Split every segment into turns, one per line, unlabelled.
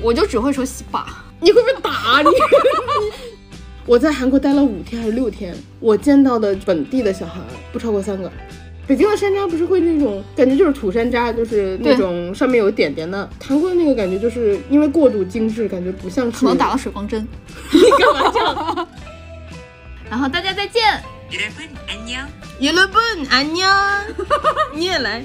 我就只会说西巴。
你会被打你。 我在韩国待了五天还是六天，我见到的本地的小孩不超过三个。北京的山楂不是会那种感觉就是土山楂，就是那
对
种上面有点点的。韩国的那个感觉就是因为过度精致，感觉不像
可
是。
能打了水光针。
干嘛这样？
然后大家再见。
여러분 안녕.
여러분 안녕.你也来。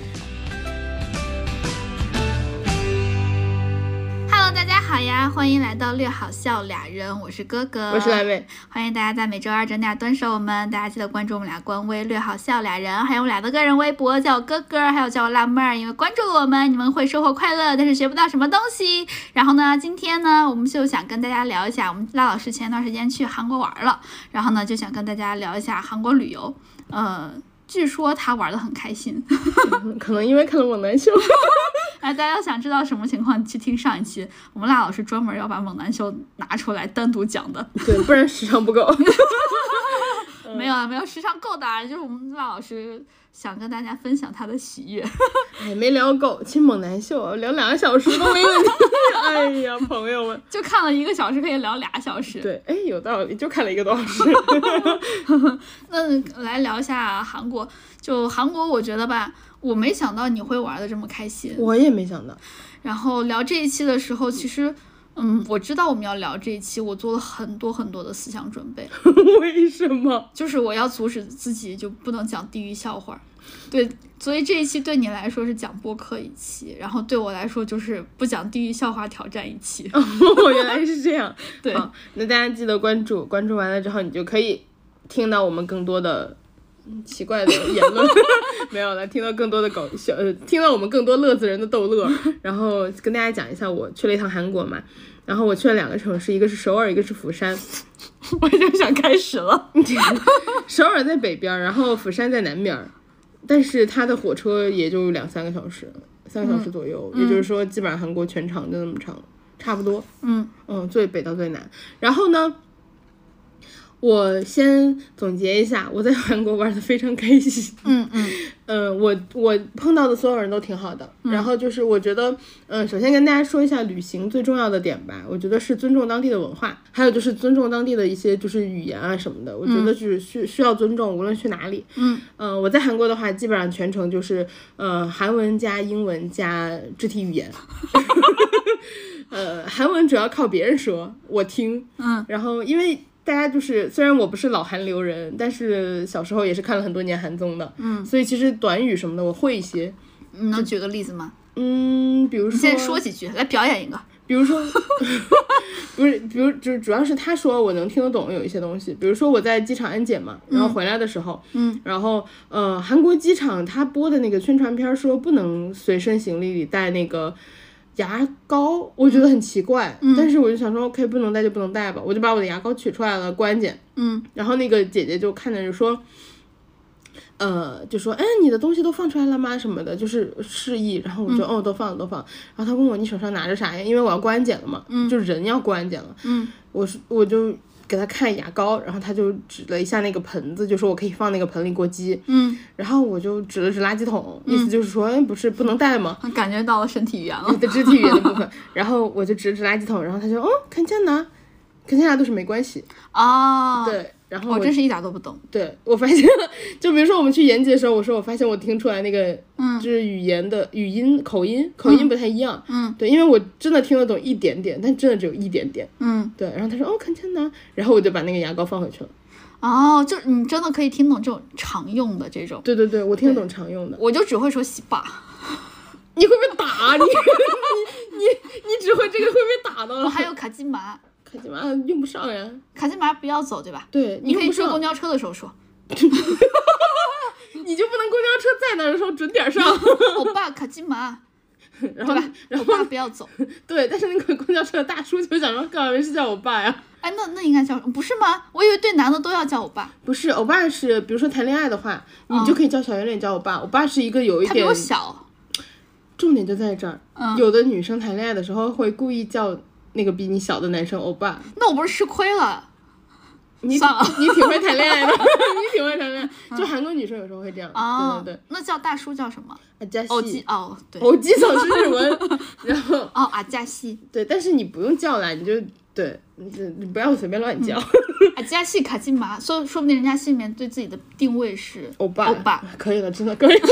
Hello，大家好呀，欢迎来到略好笑俩人，我是哥哥，
我是蓝莓，
欢迎大家在每周二整点蹲守我们，大家记得关注我们俩官微“略好笑俩人”，还有我们俩的个人微博，叫我哥哥，还有叫我辣妹儿。因为关注我们，你们会收获快乐，但是学不到什么东西。然后呢，今天呢，我们就想跟大家聊一下，我们辣老师前段时间去韩国玩了，然后呢，就想跟大家聊一下韩国旅游。呃，据说他玩的很开心。
可能因为看了猛男秀，
哎，大家要想知道什么情况，去听上一期，我们辣老师专门要把猛男秀拿出来单独讲的。
对，不然时长不够。
没有啊，没有时尚够的啊，就是我们辣老师想跟大家分享他的喜悦。
哎，没聊够，其实猛男秀聊两个小时都没问题。哎呀，朋友们，
就看了一个小时，可以聊俩小时。
对，哎，有道理，就看了一个多小时。
那来聊一下韩国，就韩国，我觉得吧，我没想到你会玩的这么开心。
我也没想到，
然后聊这一期的时候，其实。嗯，我知道我们要聊这一期，我做了很多很多的思想准备，
为什么？
就是我要阻止自己就不能讲地狱笑话，对，所以这一期对你来说是讲播客一期，然后对我来说就是不讲地狱笑话挑战一期，
哦，原来是这样。
对，
好，那大家记得关注，关注完了之后，你就可以听到我们更多的嗯奇怪的言论， 没有了，听到更多的搞笑，呃，听到我们更多乐子人的逗乐。然后跟大家讲一下，我去了一趟韩国嘛，然后我去了两个城市，一个是首尔，一个是釜山。
我就想开始了。
首尔在北边儿，然后釜山在南边儿，但是它的火车也就两三个小时，三个小
嗯
时左右，也就是说基本上韩国全长就那么长，差不多。
嗯
嗯，最北到最南。然后呢，我先总结一下，我在 韩国玩的非常开心。
嗯嗯，
嗯，我我碰到的所有人都挺好的。然后就是我觉得，嗯，首先跟大家说一下旅行最重要的点吧，我觉得是尊重当地的文化，还有就是尊重当地的一些就是语言啊什么的，我觉得就是需需要尊重，无论去哪里。
嗯
呃我在韩国的话，基本上全程就是呃韩文加英文加肢体语言。 呃，韩文主要靠别人说，我听。
嗯，
然后因为大家就是，虽然我不是老韩流人，但是小时候也是看了很多年韩综的，嗯，所以其实短语什么的我会一些，
你能举个例子吗？
嗯，比如说，
你先说几句，来表演一个。
比 如说，不是，比如就主要是他说我能听得懂有一些东西，比如说我在机场安检嘛，然后回来的时候，
嗯，
然后呃，韩国机场他播的那个宣传片说不能随身行李里带那个。牙膏我觉得很奇怪，
嗯
但是我就想说，OK，不能带就不能带吧，我就把我的牙膏取出来了，过安检，
嗯
然后那个姐姐就看着就说，呃，就说，哎，你的东西都放出来了吗？什么的，就是示意。然后我就，
嗯
哦，都放了，都放了。然后她问我，你手上拿着啥呀？因为我要过安检了嘛，就是人要过安检了。
嗯，
我是我就给她看牙膏，然后她就指了一下那个盆子，就说我可以放那个盆里过鸡。
嗯，
然后我就指了指垃圾桶，意思就是说，哎，不是不能带吗？
感觉到了身体语言了。
的肢体语言的部分。然后我就指了指垃圾桶，然后她就，哦，看见呢，看见呢都是没关系。
哦，，
对，然后
我
我
真是一点都不懂。
对我发现，就比如说我们去延吉的时候，我说我发现我听出来那个，
嗯
就是语言的语音口音口音不太一样，
嗯
对，因为我真的听得懂一点点，但真的只有一点点，
嗯，
对。然后他说哦，看见呢，然后我就把那个牙膏放回去了。
哦，就是你真的可以听懂这种常用的这种。
对对对，我听得懂常用的。
我就只会说西巴，
你会被打，你你你你只会这个会被打的。
我还有卡基玛，
看见吗？用不上呀。
卡基玛不要走，对吧？
对，
你可以
用不
坐
上
公，交车的时候说。
你就不能公交车在那儿的时候准 点上，
欧巴卡基玛，
然后然
欧
后
巴不要走。
对，但是那个公交车的大叔就想说，干嘛没事叫我爸呀？
哎，那那应该叫不是吗？我以为对男的都要叫欧巴，
不是，欧巴是，比如说谈恋爱的话，你就可以叫小圆脸叫欧巴。欧巴是一个有一
嗯他比
点，
我小。
重点就在这儿、
嗯
有的女生谈恋爱的时候会故意叫那个比你小的男生欧巴，
那我不是吃亏了？
你
算了
你挺会谈 恋爱的，你挺会谈恋爱。就韩国女生有时候会这样，
嗯哦，
对对
那叫大叔叫什么？
对，加
偶
戏
记，哦，对，
偶记总是 日文，然后
哦啊加西
对，但是你不用叫啦，你就对，你就你不要随便乱叫，
啊加西卡金麻，说说不定人家心里面对自己的定位是
欧巴，
欧巴，
可以了，真的可以了。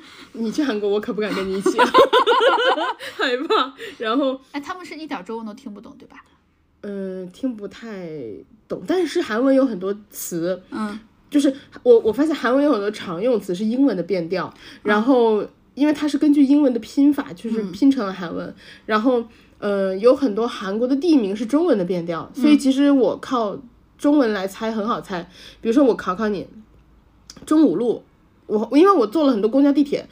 你去韩国，我可不敢跟你一起、啊， 害怕。然后，
哎，他们是一点中文都听不懂，对吧？
嗯、听不太懂，但是韩文有很多词，
嗯，
就是我我发现韩文有很多常用词是英文的变调，然后因为它是根据英文的拼法，就是拼成了韩文，然后呃有很多韩国的地名是中文的变调，所以其实我靠中文来猜很好猜，比如说我考考你，中五路，我因为我坐了很多公交地铁，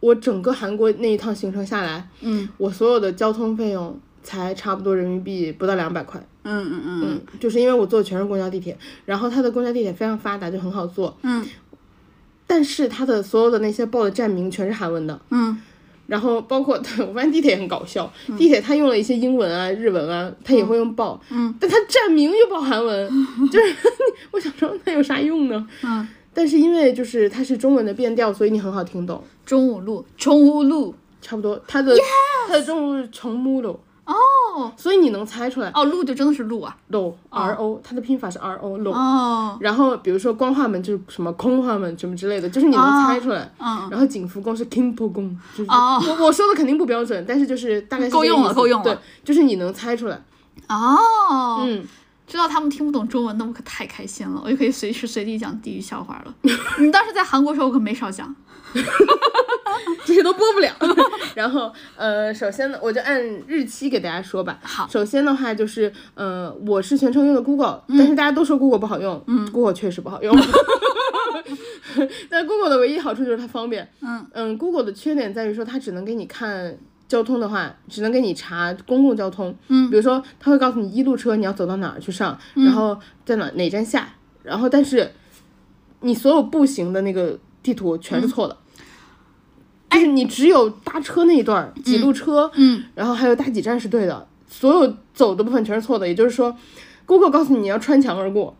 我整个韩国那一趟行程下来，
嗯，
我所有的交通费用才差不多人民币不到两百块，
嗯嗯嗯
就是因为我坐的全是公交地铁，然后它的公交地铁非常发达，就很好坐，
嗯
但是它的所有的那些报的站名全是韩文的，
嗯
然后包括 我发现地铁也很搞笑，地铁它用了一些英文啊、日文啊，它也会用报，
嗯
但它站名又报 韩文，就是 我想说那有啥用呢？
嗯，
但是因为就是它是中文的变调，所以你很好听懂，
中午路，中午路，
差不多它的它的中文是重木楼，
哦
所以你能猜出来
哦，路就真的是路啊，
楼 R O，它的拼法是 R O 楼。
哦，
然后比如说光化门就是什么空化门什么之类的，就是你能猜出来。
嗯，
然后景福宫是 King Po 宫，就是、
哦
我我说的肯定不标准，但是就是大概是
够
这个
用
意
了
思
够用了
对，就是你能猜出来。
嗯哦，
嗯，
知道他们听不懂中文，那我可太开心了，我就可以随时随地讲地域笑话了。 你当时在韩国的时候，我可没少讲。
这些都播不了。 然后呃，首先呢，我就按日期给大家说吧。
好
首先的话就是呃，我是全程用的 Google，、但
嗯
是大家都说 Google 不好用，嗯，Google 确实不 好用。 但 Google 的唯一好处就是它方便。
嗯
g o o g l e 的缺点在于说它只能给你看交通的话，只能给你查公共交通。
嗯
比如说它会告诉你一路车你要走到哪儿去上，然后在哪哪站下，然后但是你所有步行的那个地图全是
嗯
错的。就是你只有搭车那一段儿几路车，
嗯
然后还有搭几站是对的，所有走的部分全是错的。也就是说，Google 告诉你你要穿墙而过，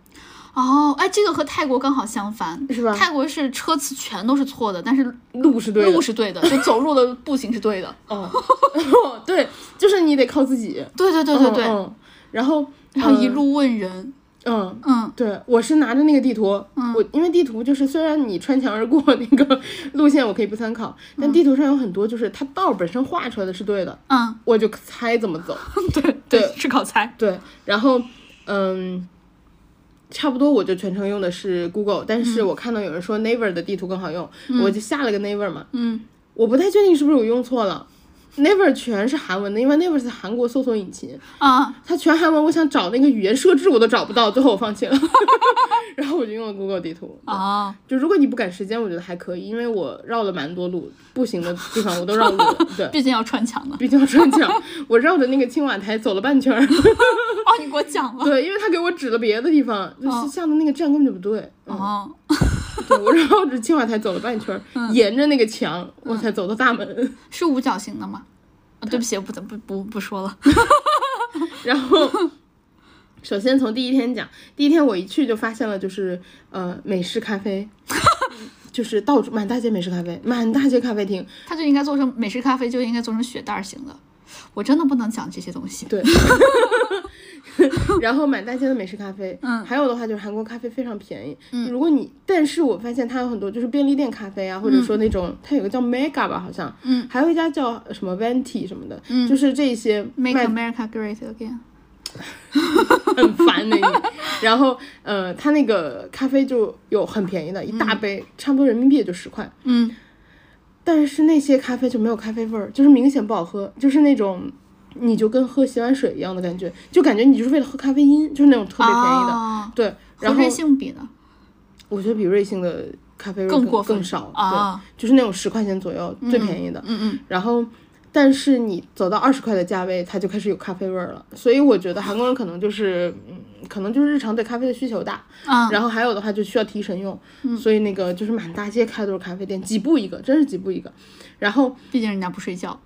哦，哎，这个和泰国刚好相反，
是吧
泰国是车次全都是错的，但是
路是对的。
路是对 的，就走路的步行是对的。
哦， 对，就是你得靠自己。
对对对对对，
嗯嗯然后
然后一路问人，
嗯。
嗯
对，我是拿着那个地图，我因为地图就是虽然你穿墙而过那个 路线我可以不参考，但地图上有很多就是它道儿本身画出来的是对的，
嗯，
我就猜怎么走。
对
对
是考猜。
对，然后嗯，差不多我就全程用的是 Google，但是我看到有人说 Naver 的地图更好用，我就下了个 Naver 嘛，
嗯
我不太确定是不是我用错了。Naver 全是韩文的，因为 Naver 是韩国搜索引擎，
啊，
它全韩文，我想找那个语言设置我都找不到，最后我放弃了。然后我就用了 Google 地图。
哦，
就如果你不赶时间，我觉得还可以，因为我绕了蛮多路，步行的地方我都绕路了。 对，
毕竟要穿墙了。
比较顺畅。我绕着那个青瓦台走了半圈儿。
哦，你给我讲了。
对，因为他给我指了别的地方，就是下的那个站根本就不对。嗯，
哦，
对我绕着青瓦台走了半圈儿，
嗯
沿着那个墙我才走到大门。
是五角形的吗？啊，对不起，不不不不说了。
然后，首先从第一天讲，第一天我一去就发现了，就是呃美式 咖啡，就是到处满大街美式咖啡，满大街咖啡厅。
它就应该做成美式咖啡，就应该做成雪袋儿型的。我真的不能讲这些东西。
对，然后满大街的美式咖啡，嗯，还有的话就是韩国咖啡非常便宜，嗯，如果你，但是我发现它有很多就是便利店咖啡啊，或者说那种它有个叫 Mega 吧，好像，
嗯，
还有一家叫什么 Venti 什么的，嗯，就是这些
Make
卖
America Great Again。
很烦的你， 然后呃，它那个咖啡就有很便宜的，一大杯、差不多人民币也就十块，
嗯，
但是那些咖啡就没有咖啡味儿，就是明显不好喝，就是那种。你就跟喝洗碗水一样的感觉，就感觉你就是为了喝咖啡因，就是那种特别便宜的。
哦
对，
和
然后
瑞幸比呢？
我觉得比瑞幸的咖啡味
更
更
过分
更少，
啊
对，就是那种十块钱左右、最便宜的。
嗯嗯，
然后，但是你走到二十块的价位，它就开始有咖啡味儿了。所以我觉得韩国人可能就是，嗯，可能就是日常对咖啡的需求大，
嗯
然后还有的话就需要提神用，所以那个就是满大街开都是咖啡店，几步一个，真是几步一个。然后，
毕竟人家不睡觉。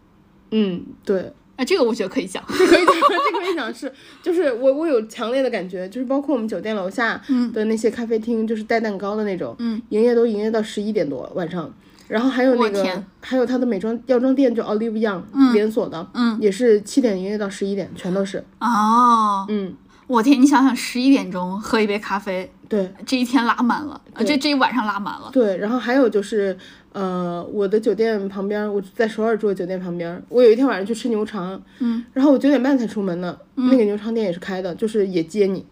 嗯，对，
啊，这个我觉得可以讲。
这可以讲，这可以讲是，就是我我有强烈的感觉，就是包括我们酒店楼下的那些咖啡厅，就是带蛋糕的那种，
嗯，
营业都营业到十一点多晚上。然后还有
我
那个
天，
还有它的美妆药妆店，就 Olive Young、连锁的，
嗯，
也是七点营业到十一点，全都是，
哦，
嗯，
我天，你想想，十一点钟喝一杯咖啡，
对
这一天拉满了，呃，
对
这这一晚上拉满了。
对。然后还有就是，呃，我的酒店旁边，我在首尔住的酒店旁边，我有一天晚上去吃牛肠，
嗯，
然后我九点半才出门呢，那个牛肠店也是开的，就是也接你，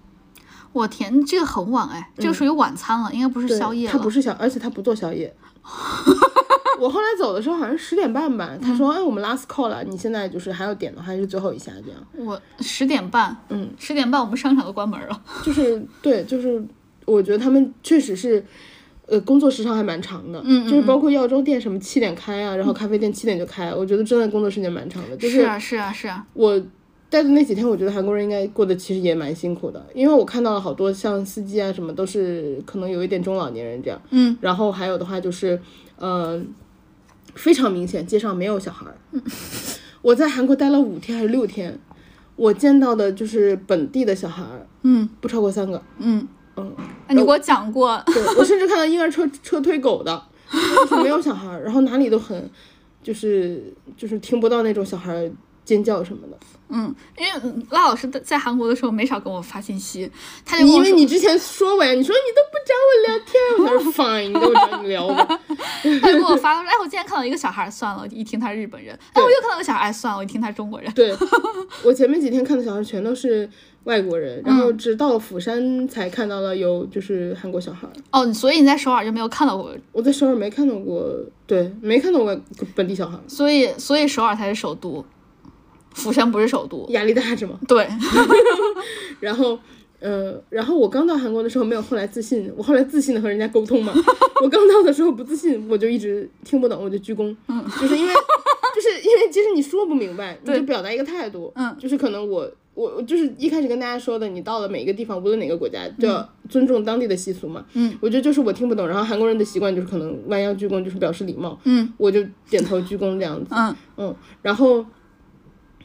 我天，这个很晚哎，这个属于晚餐了，应该不是
嗯对
宵夜了。
他不是宵，而且他不做 宵夜。我后来走的时候好像十点半吧，他
嗯
说：“哎，我们 last call 了，你现在就是还要点的话还是最后一下这样。
我十点半，
嗯，
十点半我们商场都关门了。”
就是对，就是我觉得他们确实是，呃，工作时长还蛮长的，
嗯嗯
就是包括药妆店什么七点开啊，然后咖啡店七点就开，啊我觉得真的工作时间蛮长的。就是
啊，是啊，是啊。
我待的那几天，我觉得韩国人应该过得其实也蛮辛苦的，因为我看到了好多像司机啊什么都是可能有一点中老年人这样，
嗯，
然后还有的话就是，呃，非常明显，街上没有小孩儿。我在韩国待了五天还是六天，我见到的就是本地的小孩儿，
嗯
不超过三个。
嗯，
嗯，
那你给我讲过，
对我甚至看到婴儿车车推狗的，就是没有小孩儿，然后哪里都很，就是就是听不到那种小孩儿尖叫什么的。
嗯，因为嗯拉老师在在韩国的时候没少跟我发信息，他就跟
你因
哎我
为
说，
你之前说我呀，你说你都不找我聊天儿，我说 fine，你都找你聊吧。
他就跟我发，哎，我今天看到一个小孩，算了，我一听他是日本人，哎，我又看到个小孩，哎，算了，我一听他是中国人，
对，我前面几天看的小孩全都是外国人，然后直到釜山才看到了有就是韩国小孩。
哦，所以你在首尔就没有看到过，
我在首尔没看到过，对，没看到过本地小孩，
所以所以首尔才是首都，釜山不是首都，
压力大是吗？
对，
然后。呃，然后我刚到韩国的时候没有后来自信，我后来自信的和人家 沟通嘛。我刚到的时候不自信，我就一直听不懂，我就鞠躬，
嗯
就 是因为，就是因为其实你说不明白，你就表达一个态度，
嗯
就是可能我我我就是一开始跟大家说的，你到了每一个地方，无论哪个国家，就要尊重当地的习俗嘛，
嗯，
我觉得就是我听不懂，然后韩国人的习惯就是可能弯腰鞠躬就是表示礼貌，
嗯
我就点头鞠躬这样子，
嗯
嗯，然后，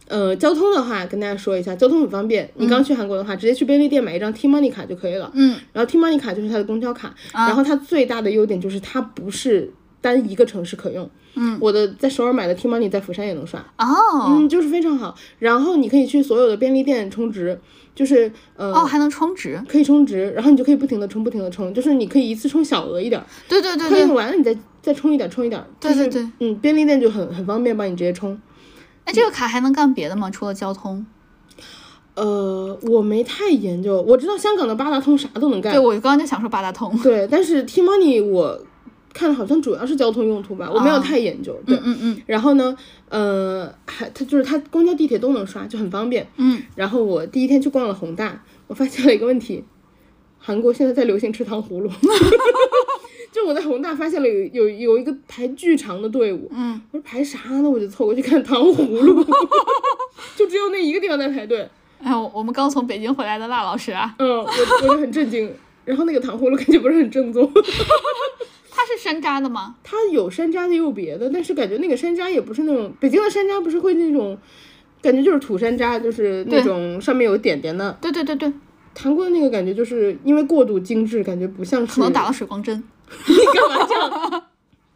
呃，交通的话跟大家说一下，交通很方便。你刚去韩国的话，直接去便利店买一张 T Money 卡就可以了。
嗯，啊
然后 T Money 卡就是它的公交卡，然后它最大的优点就是它不是单一个城市可用。
嗯，
我的在首尔买的 T Money 在釜山也能刷。
哦
嗯，就是非常好。然后你可以去所有的便利店充值，就是呃。
哦，还能充值，
可以充值，然后你就可以不停的充，不停的充，就是你可以一次充小额一点儿，
对对对
快用
对，
完了你再再充一点儿，充一点儿。
对对
就是
对，
嗯，便利店就很很方便，帮你直接充。
哎，这个卡还能干别的吗？除了交通？
呃，我没太研究，我知道香港的八达通啥都能干
对，，我刚刚就想说八达 通，
对但是 T Money 我看好像主要是交通用途吧，我没有
啊
太研究，对。
嗯嗯
然后呢，呃，还它就是它公交、地铁都能刷，就很方便。
嗯，
然后我第一天去逛了宏大，我发现了一个问题，韩国现在在流行吃糖 葫芦，就我在宏大发现了有有有一个排巨长的队伍，
嗯，
我说排啥呢？我就凑过去看糖 葫芦，就只有那一个地方在排队。
哎，我我们刚从北京回来的辣老师啊，
嗯，我我就很震惊。然后那个糖葫芦感觉不是很正宗，
他是山楂的吗？
它有山楂的，也有别的，但是感觉那个山楂也不是那种北京的山楂，不是会那种感觉就是土山楂，就是那
对
种上面有点点的。
对对对对，
韩国的那个感觉就是因为过度精致，感觉不像是
可能打了水光针。
你干嘛这样？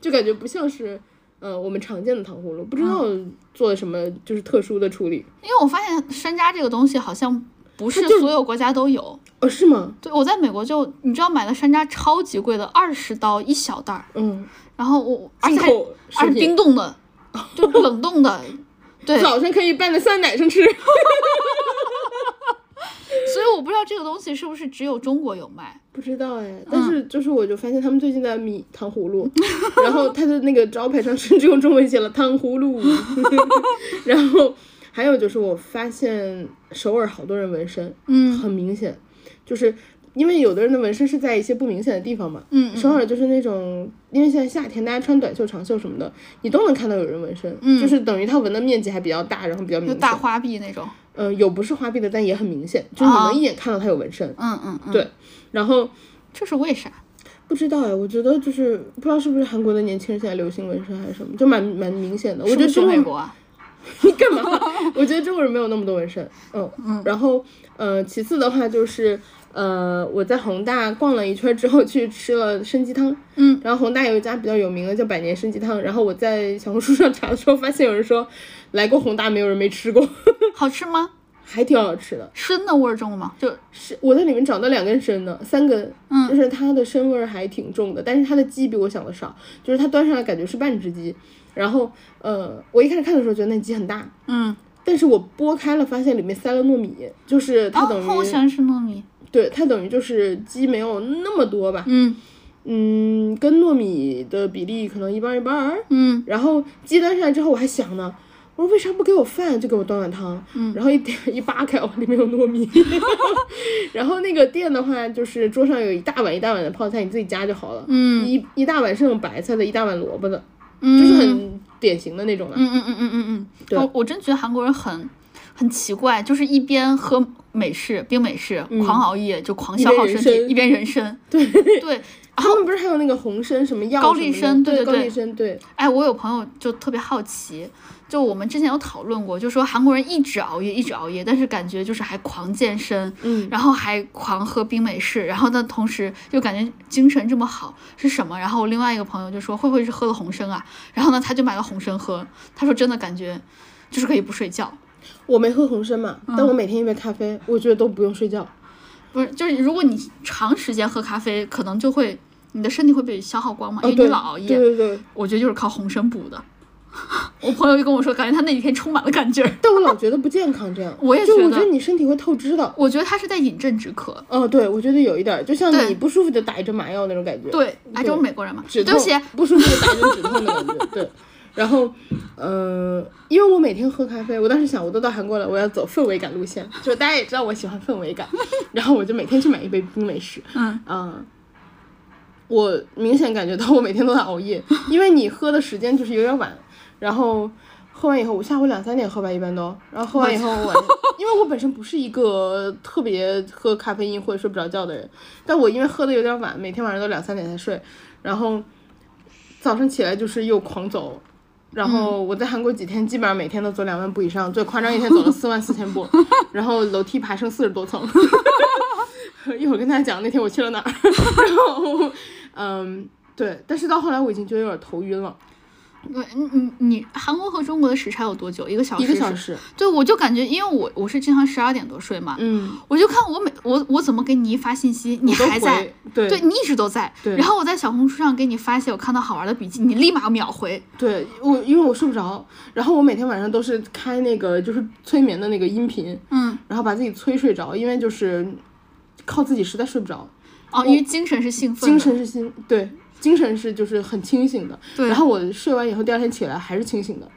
就感觉不像是呃我们常见的糖葫芦，不知道
嗯
做了什么就是特殊的处理。
因为我发现山楂这个东西好像不是所有国家都有。
哦，是吗？
对，我在美国就你知道买的山楂超级贵的，二十刀一小袋儿，
嗯，
然后我而
进
且还
口
而
食
且冰
品，
冻 的，就冷冻的。对，
早上可以拌在酸奶上吃。
所以我不知道这个东西是不是只有中国有卖。
不知道哎，但
嗯
是就是我就发现他们最近在米糖葫芦， 然后他的那个招牌上甚至用中文写了糖葫芦， 然后还有就是我发现首尔好多人纹身，
嗯
很明显，就是因为有的人的纹身是在一些不明显的地方嘛，
嗯
首尔就是那种，因为现在夏天大家穿短袖、长袖什么的，你都能看到有人纹身，
嗯
就是等于他纹的面积还比较大，然后比较明
就
显，
大花臂那种。
嗯、有不是花臂的，但也很明显，就是你
啊
能一眼看到他有纹身，
嗯嗯嗯，
对，然后。
这是为啥？
不知道哎，我觉得就是不知道是不是韩国的年轻人现在流行纹身还是什么，就蛮蛮明显的。我
是
觉
不
得
是
中
美
国
国啊？
你干嘛？ 我觉得中国人没有那么多纹身。嗯嗯。然后，呃，其次的话就是，呃，我在宏大逛了一圈之后，去吃了参鸡汤。
嗯。
然后宏大有一家比较有名的叫百年参鸡汤，然后我在小红书上查的时候，发现有人说来过宏大，没有人没吃过，
好吃吗？
还挺好吃的。
参的味儿重吗？就是
我在里面找到两根参呢，三根，
嗯
就是它的参味儿还挺重的，但是它的鸡比我想的少，就是它端上来感觉是半只鸡。然后，呃，我一开始看的时候觉得那鸡很大，
嗯，
但是我剥开了，发现里面塞了糯米，就是它等于、
哦，我喜欢吃糯米。
对它等于就是鸡没有那么多吧，
嗯
嗯，跟糯米的比例可能一半儿一半儿。
嗯
然后鸡端上来之后，我还想呢，我说为啥不给我饭，就给我端碗汤？
嗯
然后一点 一扒开，哦，里面有 糯米。然后那个店的话，就是桌上有一大碗一大碗的泡菜，你自己夹就好了。
嗯
一一大碗是那种白菜的，一大碗萝卜的，
嗯，
就是很典型的那种了。
嗯嗯嗯嗯嗯
对
嗯，我我真觉得韩国人很很奇怪，就是一边喝美式冰美式，狂熬夜就狂消耗身体，嗯一
一
边人参。
对，
对，
他们不是还有那个红参什么药
高
什
丽
么的
参对
对
对
高
对
丽参对，
哎，我有朋友就特别好奇，就我们之前有讨论过，就说韩国人一直熬夜，一直熬夜，但是感觉就是还狂健身，
嗯，
然后还狂喝冰美式，然后呢，同时就感觉精神这么好是什么？然后我另外一个朋友就说会不会是喝了红参啊？然后呢，他就买了红参喝，他说真的感觉就是可以不睡觉，
我没喝红参嘛，
嗯
但我每天一杯咖啡，我觉得都不用睡觉。
不是就是如果你长时间喝咖啡，可能就会你的身体会被消耗光嘛，因哎
哦，
为你
对，
老熬夜。
对对对，
我觉得就是靠红参补的。 我朋友就跟我说，感觉他那几天充满了感觉儿。
但我老觉得不健康，这样
我也
就
觉
我
得
觉得你身体会透支的。
我觉得他是在饮鸩止渴。
哦，对，我觉得有一点儿，就像
对
你不舒服就打一针麻药那种感觉。，
对，哎，
对
这不是美国人嘛？
止
对
痛
不起，
不舒服就打一针止痛的感觉。对，然后，嗯、因为我每天喝咖啡，我当时想，我都到韩国了，我要走氛围感路线，就大家也知道我喜欢氛围感，然后我就每天去买一杯冰美式。
嗯
嗯，我明显感觉到我每天都在熬夜，因为你喝的时间就是有点晚，然后喝完以后，我下午两三点喝吧，一般都，然后喝完以后我晚上，因为我本身不是一个特别喝咖啡因或者睡不着觉的人，但我因为喝的有点晚，每天晚上都两三点才睡，然后早上起来就是又狂走。然后我在韩国几天，基本上每天都走两万步以上，最夸张一天走了四万四千步，然后楼梯爬升四十多层， 一会儿跟大家讲那天我去了哪儿，然后嗯，对，但是到后来我已经觉得有点头晕了，
对你你你韩国和中国的时差有多久？一个小时。
一个小。时，
对，我就感觉，因为我我是经常十二点多睡嘛，
嗯，
我就看我每我我怎么给你一发信息，你
都
还在
回，，对
对你一直都在。
对
然后我在小红书上给你发一些我看到好玩的笔记，你立马秒回。
对，我因为我睡不着，然后我每天晚上都是开那个就是催眠的那个音频，
嗯，
然后把自己催睡着，因为就是靠自己实在睡不着，
哦，因为精神是兴奋的，
精神是心对。精神是就是很清醒的，
对
然后我睡完以后，第二天起来还是清醒的，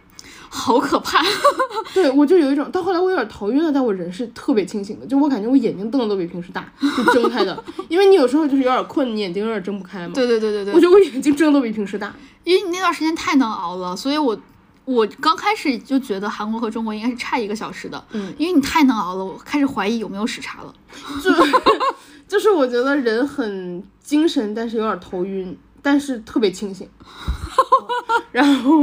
好可怕。
对我就有一种，到后来我有点头晕了，但我人是特别清醒的，就我感觉我眼睛瞪得都比平时大，就睁开的，因为你有时候就是有点困，你眼睛有点睁不开嘛。
对对对对对，
我觉得我眼睛睁得都比平时大。
因为你那段时间太能熬了，所以我我刚开始就觉得韩国和中国应该是差一个小时的，
嗯，
因为你太能熬了，我开始怀疑有没有时差了。
就就是我觉得人很精神，但是有点头晕，但是特别 清醒。然后，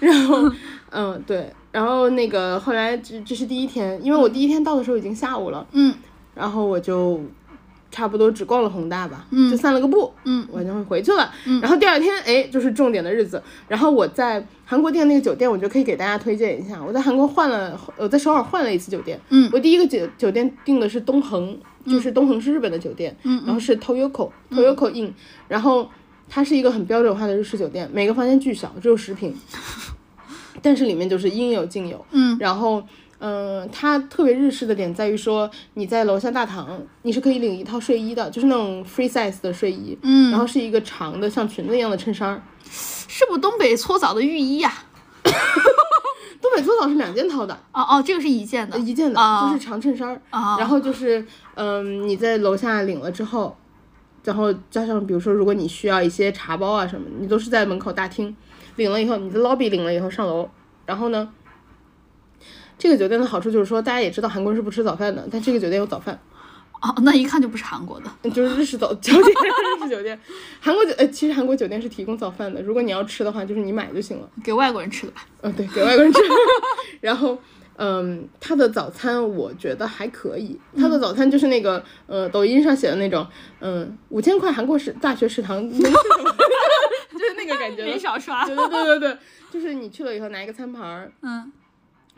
然后，嗯，对，然后那个后来这这是第一天，因为我第一天到的时候已经下午了，
嗯
然后我就差不多只逛了宏大吧，
嗯
就散了个步，
嗯
我就会回去了。
嗯
然后第二天，哎，就是重点的日子。然后我在韩国订那个酒店，我就可以给大家推荐一下。我在韩国换了，我在首尔换了一次酒店。
嗯
我第一个酒酒店订的是东恒，就是东恒是日本的酒店，
嗯
然后是 Toyoko Toyoko Inn，、然后它是一个很标准化的日式酒店，每个房间巨小，只有 十平，但是里面就是应有尽有。
嗯
然后，嗯、它特别日式的点在于说，你在楼下大堂，你是可以领一套睡衣的，就是那种 free size 的睡衣，
嗯
然后是一个长的像裙子一样的衬衫儿。
是不是东北搓澡的浴衣呀、
东北搓澡是两件套的，
哦哦，这个是一件的
呃，一件的，
啊
就是长衬衫儿。
啊，
然后就是，嗯，你在楼下领了之后，然后加上比如说，如果你需要一些茶包啊什么的，你都是在门口大厅领了以后，你在 lobby 领了以后上楼，然后呢，这个酒店的好处就是说，大家也知道韩国人是不吃早饭的，但这个酒店有早饭，嗯
哦，那一看就不是韩国的。
就是日式早酒店，日式酒店，韩国酒，呃，其实韩国酒店是提供早饭的，如果你要吃的话，就是你买就行了。
给外国人吃的吧。
嗯，对，给外国人吃。 然后，嗯，他的早餐我觉得还可以，他的早餐就是那个，呃，抖音上写的那种，嗯，五千块韩国食大学食堂， 就是那个感觉的。
没少刷。
对对对对对，就是你去了以后拿一个餐盘儿，
嗯，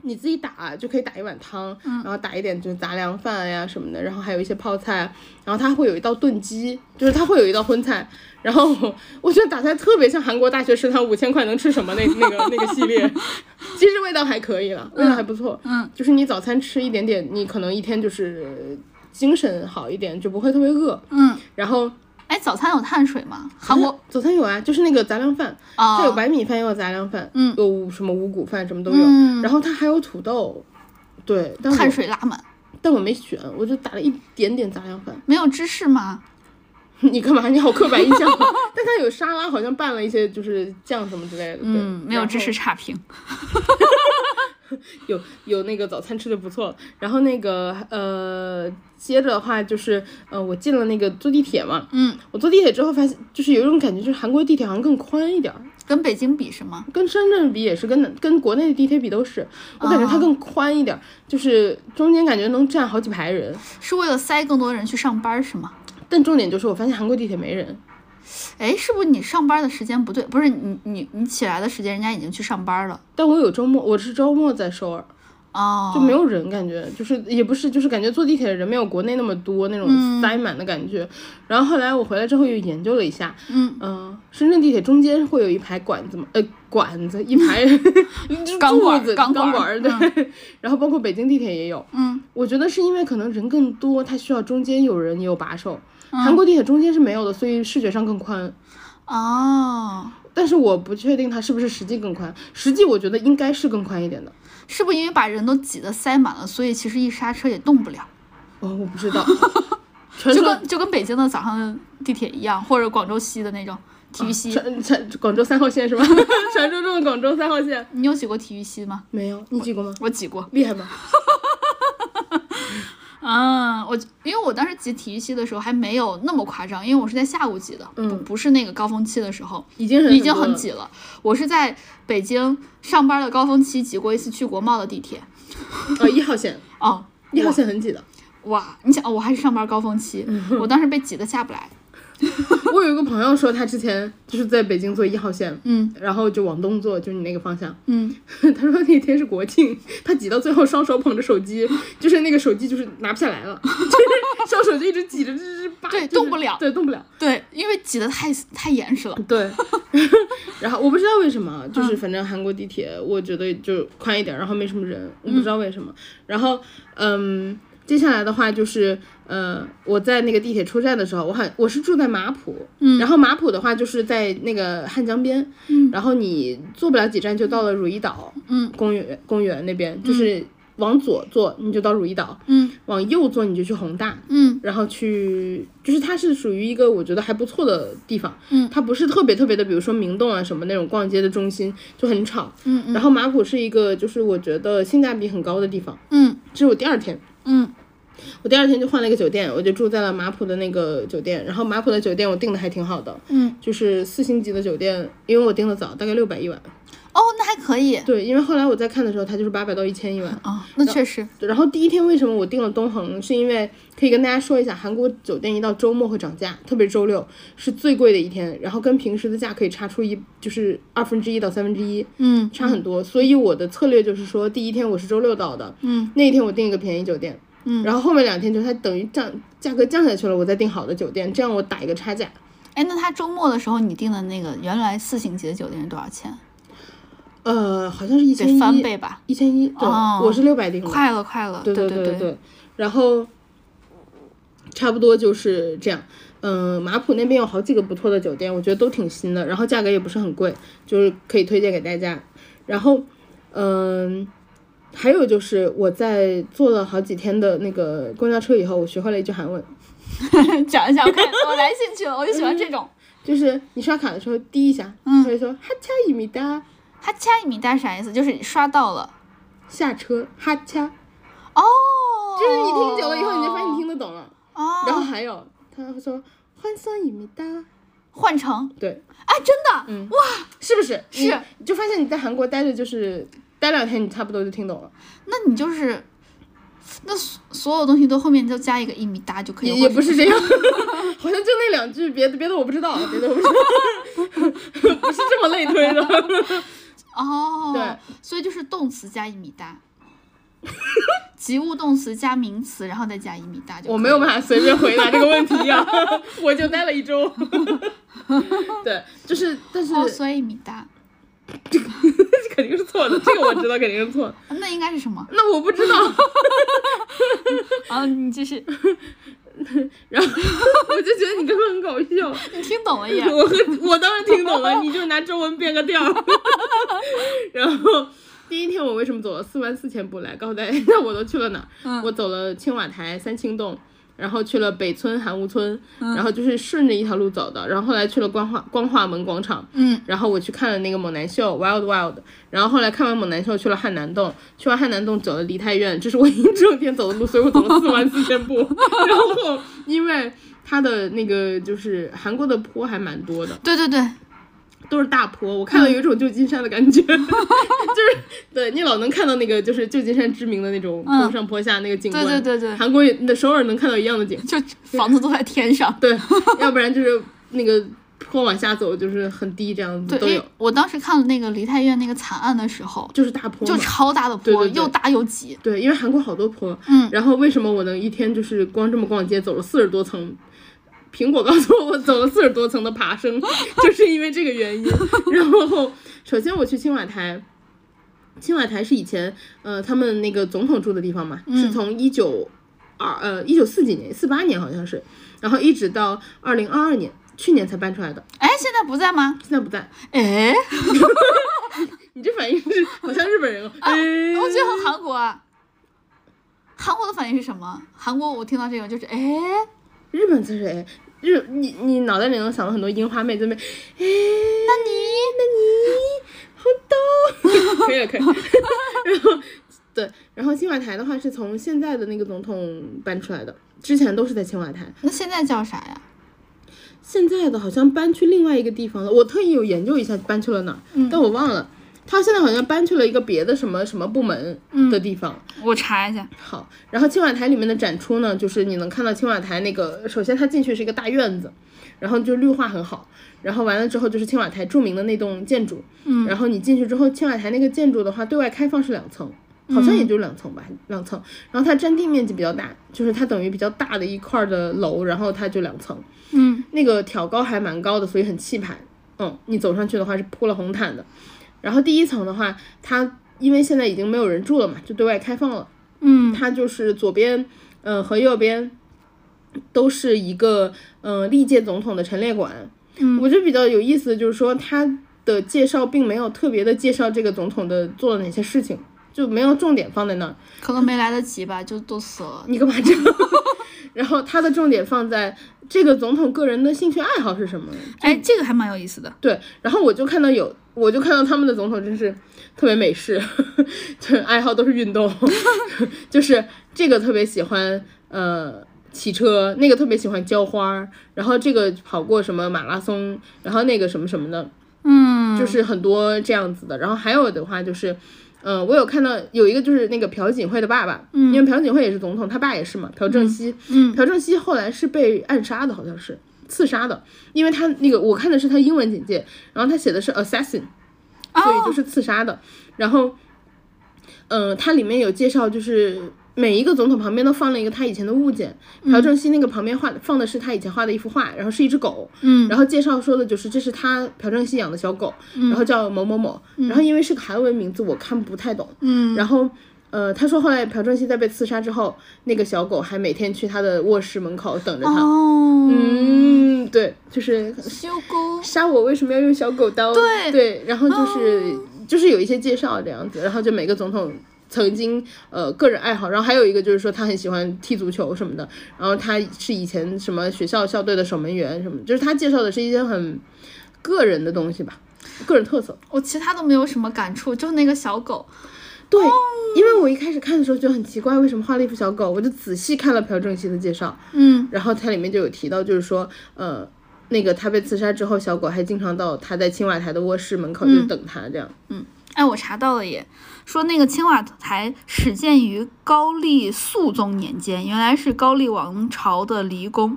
你自己打就可以打一碗汤，
嗯
然后打一点就是杂粮饭呀什么的，然后还有一些泡菜，然后它会有一道炖鸡，就是它会有一道荤菜，然后我我觉得打出来特别像韩国大学食堂五千块能吃什么那那个那个系 列，其实味道还可以了，味道还不错，
嗯，
就是你早餐吃一点点，你可能一天就是精神好一点，就不会特别饿，
嗯，
然后
哎，早餐有碳水吗？韩国
早餐有啊，就是那个杂粮饭，
啊，
它有白米饭，也有杂粮饭，
嗯
有什么五谷饭，什么都有。
嗯
然后它还有土豆，对，但
碳
我
水拉满，
但我没选，我就打了一点点杂粮饭。
没有芝士吗？
你干嘛？你好刻板印象啊。 但它有沙拉，好像拌了一些就是酱什么之类的。对
嗯，没有
然后
芝士差评。
有有那个早餐吃的不错，然后那个呃，接着的话就是呃，我进了那个坐地铁嘛，
嗯，
我坐地铁之后发现，就是有一种感觉，就是韩国地铁好像更宽一点儿，
跟北京比是吗？
跟深圳比也是，跟跟国内的地铁比都是，我感觉
哦
它更宽一点儿，就是中间感觉能站好几排人。
是为了塞更多人去上班是吗？
但重点就是我发现韩国地铁没人，
哎，是不是你上班的时间不对？不是你你你起来的时间，人家已经去上班了。
但我有周末，我是周末在首尔，
哦，
就没有人，感觉就是也不是，就是感觉坐地铁的人没有国内那么多那
嗯
种塞满的感觉。然后后来我回来之后又研究了一下，
嗯，
嗯、深圳地铁中间会有一排管子嘛，呃，管子 一排就是
钢管
柱子
钢
钢
管
管儿对。然后包括北京地铁也有，
嗯，
我觉得是因为可能人更多，它需要中间有人也有把手。
嗯
韩国地铁中间是没有的，所以视觉上更宽。
哦，
但是我不确定它是不是实际更宽，实际我觉得应该是更宽一点的。
是不是因为把人都挤得塞满了，所以其实一刹车也动不了？
哦，我不知 道，传
就
说
跟就跟北京的早上的地铁一样，或者广州西的那种
嗯
体育西。
传传广州三号线是吧？ 传说中的广州三号线
你有挤过体育西吗？
没有，你挤过吗？
我挤过。
厉害吗？
嗯，我因为我当时挤体育系的时候还没有那么夸张，因为我是在下午挤的，
嗯
不不是那个高峰期的时候，
已经人
已经
多
很
了
挤了。我是在北京上班的高峰期挤过一次去国贸的地铁，
呃，一 号线，
哦，
一号线很挤的。
哇，你想，哦我还是上班高峰期，
嗯
我当时被挤得下不来，
我有一个朋友说，他之前就是在北京坐一号线，
嗯
然后就往东坐，就你那个方向。
嗯，
他说那天是国庆，他挤到最后，双手捧着手机，就是那个手机就是拿不下来了， 就是双手就一直挤着，就是扒，
对
就是
动不了
对，动不了。
对，因为挤得太太严实了，
对， 然后我不知道为什么，就是反正韩国地铁，我觉得就宽一点，然后没什么人，我不知道为什么。然后，嗯，接下来的话就是，呃，我在那个地铁出站的时候，我好我是住在马浦，嗯，然后马浦的话就是在那个汉江边，嗯，然后你坐不了几站就到了汝矣岛，
嗯，
公园公园那边就是往左坐你就到汝矣岛，
嗯
往右坐你就去宏大，
嗯
然后去，就是它是属于一个我觉得还不错的地方，
嗯
它不是特别特别的，比如说明洞啊什么那种逛街的中心就很吵，
嗯嗯
然后马普是一个就是我觉得性价比很高的地方，
嗯
这是我第二天，
嗯
我第二天就换了一个酒店，我就住在了马普的那个酒店，然后马普的酒店我订的还挺好的，
嗯，
就是四星级的酒店，因为我订的早，大概六百一晚，
哦，那还可以
对，因为后来我在看的时候，它就是八百到一千一晚，
哦，那确实，
然后第一天为什么我订了东恒，是因为可以跟大家说一下，韩国酒店一到周末会涨价，特别是周六是最贵的一天，然后跟平时的价可以差出一就是二分之一到三分之一，
嗯
差很多。所以我的策略就是说，第一天我是周六到的，
嗯，
那一天我订一个便宜酒店，
嗯
然后后面两天就是它等于降价格降下去了，我再订好的酒店，这样我打一个差价。
哎，那他周末的时候你订的那个原来四星级的酒店是多少钱？
呃，好像是一千
得
一，
翻倍吧？
一千一，对，
哦
我是六百订的，
快了快了，
对
对
对
对，
对，然后差不多就是这样。嗯，马普那边有好几个不错的酒店，我觉得都挺新的，然后价格也不是很贵，就是可以推荐给大家。然后，嗯，还有就是我在坐了好几天的那个公交车以后，我学会了一句韩文，
讲一下，我 看我来兴趣了，我就喜欢这种。
就是你刷卡的时候滴一下，
嗯
他就说哈恰一米哒，
哈恰一米大啥意思？就是你刷到了
下车哈恰，
哦，
哦就是你听久了以后，你就发现你听得懂了。然后
哦，
还有他会说换算一米哒，
换乘，
对，
哎，真的，
嗯，哇，是不是？你
是，
你就发现你在韩国待着就是待两天，你差不多就听懂了，
那你就是，那所所有东西都后面就加一个一米搭就可以
也
了，
也不是这样， 好像就那两句，别的别的我不知道，别的我不知道， 不是这么类推的。
哦，
对，
所以就是动词加一米搭， 及物动词加名词，然后再加一米搭就可以了
我没有办法随便回答这个问题呀、 我就待了一周。 对，就是，但是
哦，所以米搭，
这肯定是错的，这个我知道肯定是错的。
那应该是什么？
那我不知 道，
啊，你继续，
然后我就觉得你根本很搞笑。
你听懂 了也。
我和我当然听懂了，你就拿中文变个调儿。 然后第一天我为什么走了四万四千步来？告诉大家， 那我都去了哪儿？
嗯
我走了青瓦台、三清洞。然后去了北村韩屋村，
嗯
然后就是顺着一条路走的，然后后来去了光化光化门广场，
嗯，
然后我去看了那个猛男秀 Wild Wild，然后后来看完猛男秀去了汉南洞，去完汉南洞走了梨泰院，这是我一整天走的路，所以我走了四万四千 步。然后因为它的那个就是韩国的坡还蛮多的，
对对对，
都是大坡，我看到有一种旧金山的感觉， 就是对你老能看到那个就是旧金山知名的那种
嗯
坡上坡下那个景观，
对对对对
韩国也首尔能看到一样的景，
就房子都在天上。
对，要不然就是那个坡往下走就是很低这样子
对，
嗯都
因
有
为。我当时看了那个梨泰院那个惨案的时候，
就是大坡嘛，
就超大的坡，
对对对
又大又挤。
对，因为韩国好多坡，
嗯
然后为什么我能一天就是光这么逛街走了四十多层？苹果告诉我，我走了四十多层的爬升， 就是因为这个原因。然后，首先我去青瓦台，青瓦台是以前呃他们那个总统住的地方嘛，是从一九二呃一九四几年四八年好像是，然后一直到二零二二年，去年才搬出来的，
哎，现在不在吗？
现在不在。
哎，
你这反应是好像日本人哦，哎
我觉得很韩国啊。韩国的反应是什么？韩国我听到这个就是哎，
日本才是哎，日你你脑袋里能想到很多樱花妹在那边，哎，那
哎
你那你好逗，可以了 可以了，然后对，然后青瓦台的话是从现在的那个总统搬出来的，之前都是在青瓦台，
那现在叫啥呀？
现在的好像搬去另外一个地方了，我特意有研究一下搬去了哪儿，但我忘了。他现在好像搬去了一个别的什么什么部门的地方，
我查一下。
好，然后青瓦台里面的展出呢，就是你能看到青瓦台那个，首先它进去是一个大院子，然后就绿化很好，然后完了之后就是青瓦台著名的那栋建筑，嗯，然后你进去之后，青瓦台那个建筑的话，对外开放是两层，好像也就两层吧，两层，然后它占地面积比较大，就是它等于比较大的一块儿的楼，然后它就两层，
嗯，
那个挑高还蛮高的，所以很气派。嗯，你走上去的话是铺了红毯的。然后第一层的话，它因为现在已经没有人住了嘛，就对外开放了。
嗯，
它就是左边，嗯、和右边都是一个嗯、呃历届总统的陈列馆。嗯，我觉得比较有意思的就是说，它的介绍并没有特别的介绍这个总统的做了哪些事情，就没有重点放在那儿。
可能没来得及吧，就都死了。
你干嘛这样？ 然后它的重点放在这个总统个人的兴趣爱好是什么？
哎，这个还蛮有意思的。
对，然后我就看到有，我就看到他们的总统真是特别美式， 就是爱好都是运动， 就是这个特别喜欢呃骑车，那个特别喜欢浇花儿，然后这个跑过什么马拉松，然后那个什么什么的，
嗯，
就是很多这样子的。然后还有的话就是，嗯、我有看到有一个就是那个朴槿惠的爸爸，因为朴槿惠也是总统，他爸也是嘛，朴正熙，
嗯
朴正熙后来是被暗杀的，好像是刺杀的，因为他那个我看的是他英文简介，然后他写的是 assassin，所
哦
以就是刺杀的。然后，嗯、它里面有介绍，就是每一个总统旁边都放了一个他以前的物件。
嗯
朴正熙那个旁边画放的是他以前画的一幅画，然后是一只狗。
嗯
然后介绍说的就是这是他朴正熙养的小狗，然后叫某某某。然后因为是个韩文名字，我看不太懂。
嗯
然后。呃，他说后来朴正熙在被刺杀之后，那个小狗还每天去他的卧室门口等着他。
哦，
嗯，对，就是
修沟。
杀我为什么要用小狗刀？
对
然后就是、就是有一些介绍这样子，然后就每个总统曾经呃个人爱好，然后还有一个就是说他很喜欢踢足球什么的，然后他是以前什么学校校队的守门员什么的，就是他介绍的是一些很个人的东西吧，个人特色。
我其他都没有什么感触，就那个小狗，
对，因为我一开始看的时候就很奇怪，为什么画了一幅小狗？我就仔细看了朴正熙的介绍，
嗯，
然后它里面就有提到，就是说，呃，那个他被刺杀之后，小狗还经常到他在青瓦台的卧室门口就等他，这样。
哎，我查到了耶，说那个青瓦台始建于高丽肃宗年间，原来是高丽王朝的离宫。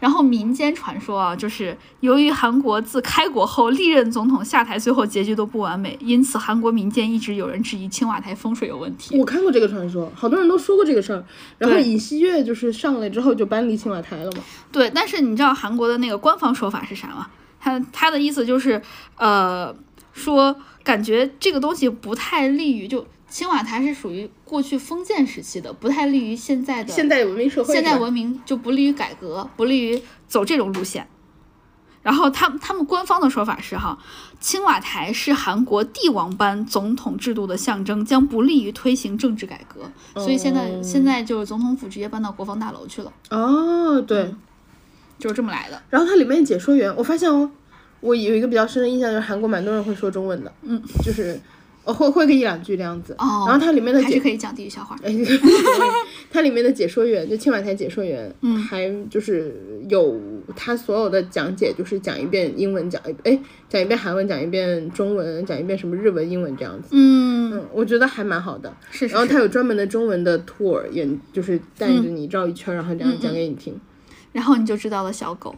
然后民间传说啊，就是由于韩国自开国后历任总统下台，最后结局都不完美，因此韩国民间一直有人质疑青瓦台风水有问题。
我看过这个传说，好多人都说过这个事儿。然后
对
尹锡悦就是上来之后就搬离青瓦台了嘛。
对，但是你知道韩国的那个官方说法是啥吗？他他的意思就是，呃，说感觉这个东西不太利于，就青瓦台是属于过去封建时期的，不太利于现在的
现代文明社会，
现代文明就不利于改革，不利于走这种路线。然后他们他们官方的说法是哈，青瓦台是韩国帝王般总统制度的象征，将不利于推行政治改革，所以现在、
哦
现在就是总统府直接搬到国防大楼去了，
哦，对。
嗯就是这么来的。
然后它里面解说员，我发现哦，我有一个比较深的印象就是韩国蛮多人会说中文的，
嗯，
就是呃会会个一两句这样子。
哦
然后它里面的
还是
解
可以讲地狱笑话。
哎， 它里面的解说员，就青瓦台解说员，嗯，还就是有他所有的讲解，就是讲一遍英文，讲一哎讲一遍韩文，讲一遍中文，讲一遍什么日文、英文这样子。
嗯，
嗯，我觉得还蛮好的。
是是
然后
是。
他有专门的中文的 tour，也就是带着
嗯
你绕一圈，然后这样讲给你听。
然后你就知道了小狗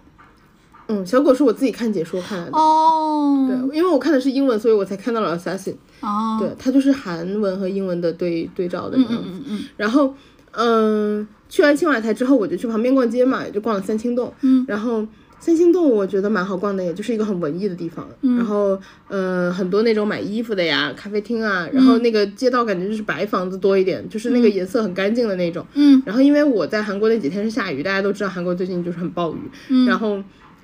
嗯，小狗是我自己看解说看来的。
哦，
对，因为我看的是英文，所以我才看到了 assassin。
哦，
对，它就是韩文和英文的对对照的这
嗯
样子。
嗯嗯嗯，
然后，嗯、去完青瓦台之后，我就去旁边逛街嘛，也就逛了三清洞。
嗯，
然后三清洞我觉得蛮好逛的，也就是一个很文艺的地方。嗯，然后，呃，很多那种买衣服的呀，咖啡厅啊，然
嗯
后那个街道感觉就是白房子多一点，就是那个颜色很干净的那种。
嗯，
然后因为我在韩国那几天是下雨，大家都知道韩国最近就是很暴雨。嗯，然后。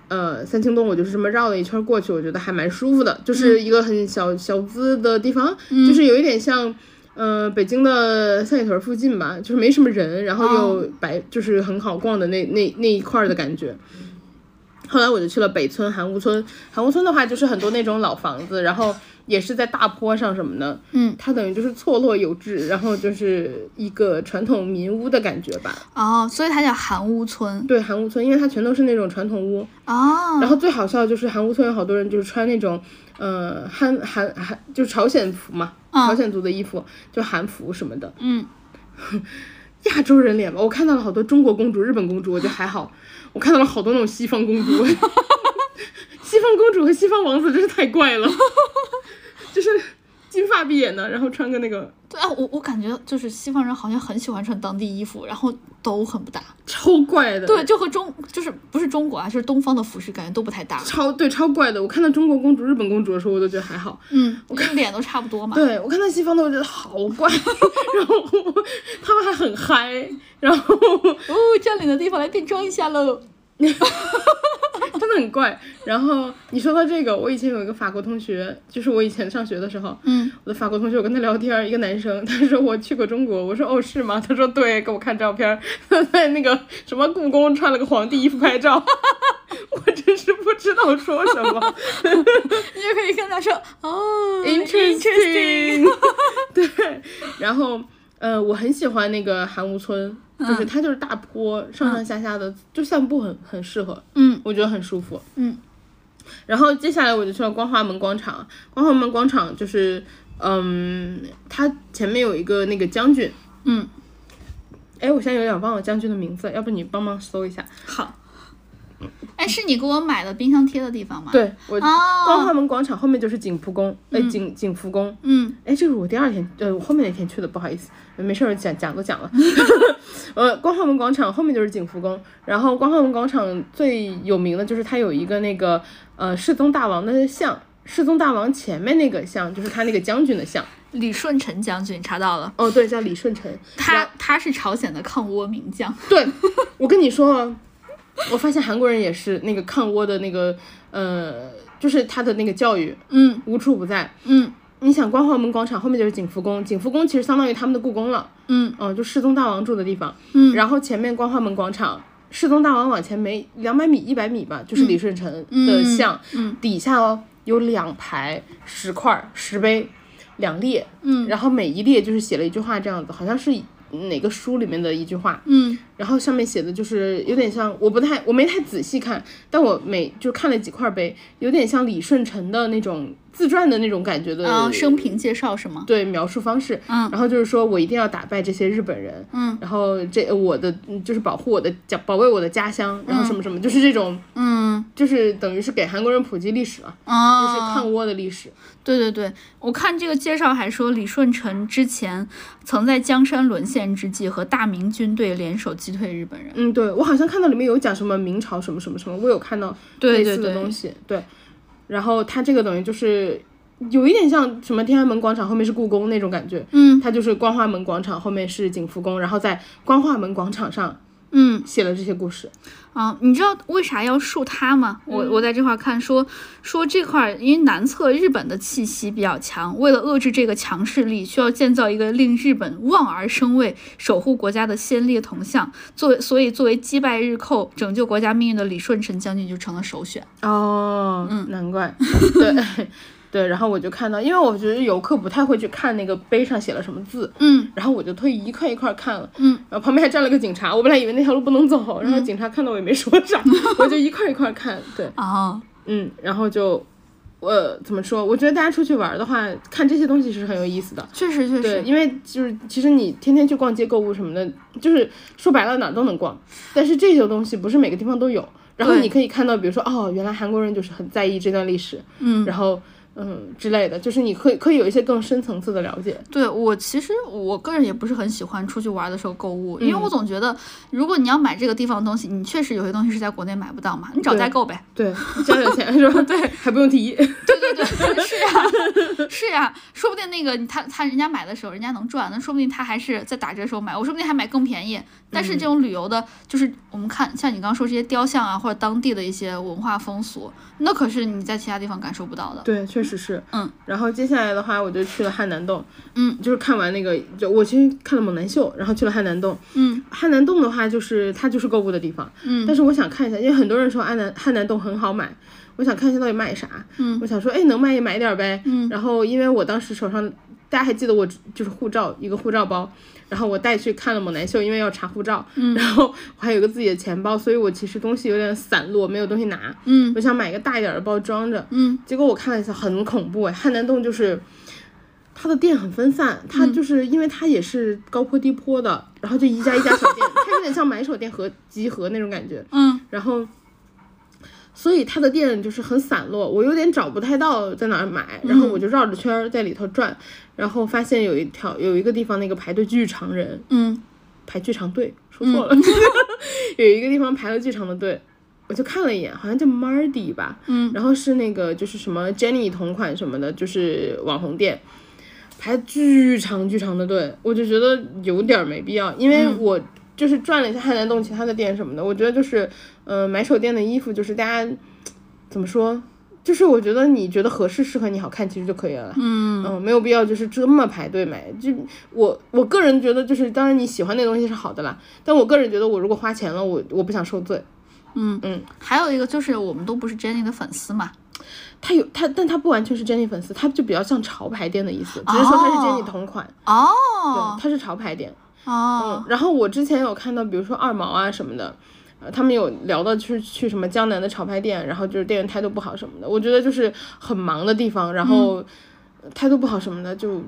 呃，三清洞我就是这么绕了一圈过去，我觉得还蛮舒服的，就是一个很小小资的地方，就是有一点像，呃，北京的三里屯附近吧，就是没什么人，然后又白，就是很好逛的那那那一块儿的感觉。后来我就去了北村韩屋村，韩屋村的话就是很多那种老房子，然后也是在大坡上什么的，
嗯，
它等于就是错落有致，然后就是一个传统民屋的感觉吧。
哦，所以它叫韩屋村
对韩屋村，因为它全都是那种传统屋，
哦，
然后最好笑的就是韩屋村有好多人就是穿那种，呃，韩韩韩就是朝鲜服嘛，
嗯
朝鲜族的衣服，就韩服什么的。
嗯，
亚洲人脸吧，我看到了好多中国公主、日本公主，我觉得还好。我看到了好多那种西方公主， 西方公主和西方王子真是太怪 了，就是金发碧眼的，然后穿个那个
对啊，我我感觉就是西方人好像很喜欢穿当地衣服，然后都很不搭。
超怪的，
对，，就和中就是不是中国啊，就是东方的服饰感觉都不太搭。
超对超怪的。我看到中国公主、日本公主的时候，我都觉得还好。
嗯，因为脸都差不多嘛。
对我看到西方的，我觉得好怪，然后他们还很嗨，然后
哦，占领的地方来变装一下喽。
真的很怪。然后你说到这个，我以前有一个法国同学，就是我以前上学的时候，
嗯，
我的法国同学，我跟他聊天儿，一个男生，他说我去过中国，我说哦是吗？他说对，给我看照片儿， 他在那个什么故宫穿了个皇帝衣服拍照， 我真是不知道说什么
你就可以跟他说哦
，interesting，对， 然后呃，我很喜欢那个韩屋村，就是它就是大坡，上上下下的，就散步很很适合，
嗯
我觉得很舒服。
嗯
然后接下来我就去了光华门广场，光华门广场就是，嗯，它前面有一个那个将军，
嗯，
哎，我现在有点忘了将军的名字，要不你帮忙搜一下？
好。哎，是你给我买的冰箱贴的地方吗？。
对我，光
哦，
华门广场后面就是景福宫，哎，景景福宫，
嗯
哎，这是我第二天，呃，我后面那天去的，不好意思，没事儿，讲讲都讲了。 呃，光华门广场后面就是景福宫，然后光华门广场最有名的就是它有一个那个呃世宗大王的像，世宗大王前面那个像就是他那个将军的像，
李舜臣将军查到了，
哦，对，叫李舜臣，
他他是朝鲜的抗倭名将。
对，我跟你说啊，我发现韩国人也是那个抗倭的那个呃，就是他的那个教育
嗯
无处不在。
嗯
你想光华门广场后面就是景福宫，景福宫其实相当于他们的故宫了，
嗯
嗯、就世宗大王住的地方。
嗯
然后前面光华门广场。世宗大王往前没两百米、一百米吧，就是李舜臣的像，
嗯
底下哦有两排石块儿、石碑，两列，
嗯
然后每一列就是写了一句话这样子，好像是哪个书里面的一句话，
嗯
然后上面写的就是有点像，我不太我没太仔细看，但我每就看了几块呗，有点像李舜臣的那种自传的那种感觉的、
然后嗯啊哦生平介绍是吗？
对描述方式，
嗯
然后就是说我一定要打败这些日本人，
嗯
然后这我的嗯就是保护我的家，保卫我的家乡，然后什么什么，就是这种，
嗯
就是等于是给韩国人普及历史了，就
哦，
是抗倭的历史。
对对对，我看这个介绍还说，李舜臣之前曾在江山沦陷之际和大明军队联手击退日本人。
嗯，对我好像看到里面有讲什么明朝什么什么什么，我有看到
对
类
对
似的
对
东，西，对然后它这个等于就是有一点像什么天安门广场后面是故宫那种感觉。
嗯
它就是光化门广场后面是景福宫，然后在光化门广场上
嗯
写了这些故事。
啊，你知道为啥要树它吗？我我在这块看说说这块儿，因为南侧日本的气息比较强，为了遏制这个强势力，需要建造一个令日本望而生畏、守护国家的先烈铜像。作为所以作为击败日寇、拯救国家命运的李舜臣将军就成了首选。
哦，
嗯
难怪， 对对，然后我就看到，因为我觉得游客不太会去看那个碑上写了什么字，
嗯
然后我就特意一块一块看了，
嗯，
然后旁边还站了个警察，我本来以为那条路不能走，然后警察看到我也没说啥， 我就一块一块看，对，
哦，
嗯，然后就。我怎么说？我觉得大家出去玩的话，看这些东西是很有意思的。
确实确实，
对，因为就是其实你天天去逛街购物什么的，就是说白了哪儿都能逛，但是这些东西不是每个地方都有。然后
对
你可以看到，比如说哦，原来韩国人就是很在意这段历史，
嗯
然后嗯之类的，就是你可以可以有一些更深层次的了解。
对我其实我个人也不是很喜欢出去玩的时候购物，因为我总觉得如果你要买这个地方的东西，你确实有些东西是在国内买不到嘛，你找代购呗。
对，交点钱是吧？ 对，还不用提。
对对对，是呀、是呀、说不定那个他他人家买的时候人家能赚，那说不定他还是在打折时候买，我说不定还买更便宜。但是这种旅游的，就是我们看像你刚刚说这些雕像啊，或者当地的一些文化风俗，那可是你在其他地方感受不到的。
对，确实是。
嗯，
然后接下来的话，我就去了汉南洞。
嗯，
就是看完那个，就我其实看了猛男秀，然后去了汉南洞。
嗯
汉南洞的话，就是它就是购物的地方。
嗯
但是我想看一下，因为很多人说安南汉南洞很好买，我想看一下到底卖啥。
嗯
我想说，哎，能卖也买点儿呗。
嗯
然后因为我当时手上，大家还记得我就是护照一个护照包，然后我带去看了猛男秀，因为要查护照。
嗯
然后我还有个自己的钱包，所以我其实东西有点散落，没有东西拿。
嗯
我想买一个大一点儿的包装着。
嗯
结果我看了一下，很恐怖哎，汉南洞就是。它的店很分散，它就是因为它也是高坡低坡的，然后就一家一家小店，它有点像买手店和集合那种感觉。
嗯
然后，所以他的店就是很散落，我有点找不太到在哪儿买，然后我就绕着圈儿在里头转，然后发现有一条有一个地方那个排队巨长人，
嗯
排巨长队，说错了， 有一个地方排了巨长的队。我就看了一眼，好像叫 Mardy 吧，
嗯，
然后是那个就是什么 Jenny 同款什么的，就是网红店，排巨长巨长的队，我就觉得有点儿没必要，因为我就是转了一下汉南洞其他的店什么的，我觉得就是，呃，买手店的衣服就是大家怎么说，就是我觉得你觉得合适、适合你、好看，其实就可以了。嗯没有必要就是这么排队买。就我我个人觉得，就是当然你喜欢那东西是好的啦，但我个人觉得我如果花钱了，我我不想受罪。
还有一个就是我们都不是 Jenny 的粉丝嘛，
他有他，但他不完全是 Jenny 粉丝，他就比较像潮牌店的意思，只是说他是
哦
Jenny 同款，
哦
对，他是潮牌店。嗯
哦，
然后我之前有看到，比如说二毛啊什么的，呃，他们有聊到去去什么江南的潮牌店，然后就是店员态度不好什么的。我觉得就是很忙的地方，然后
嗯
态度不好什么的，就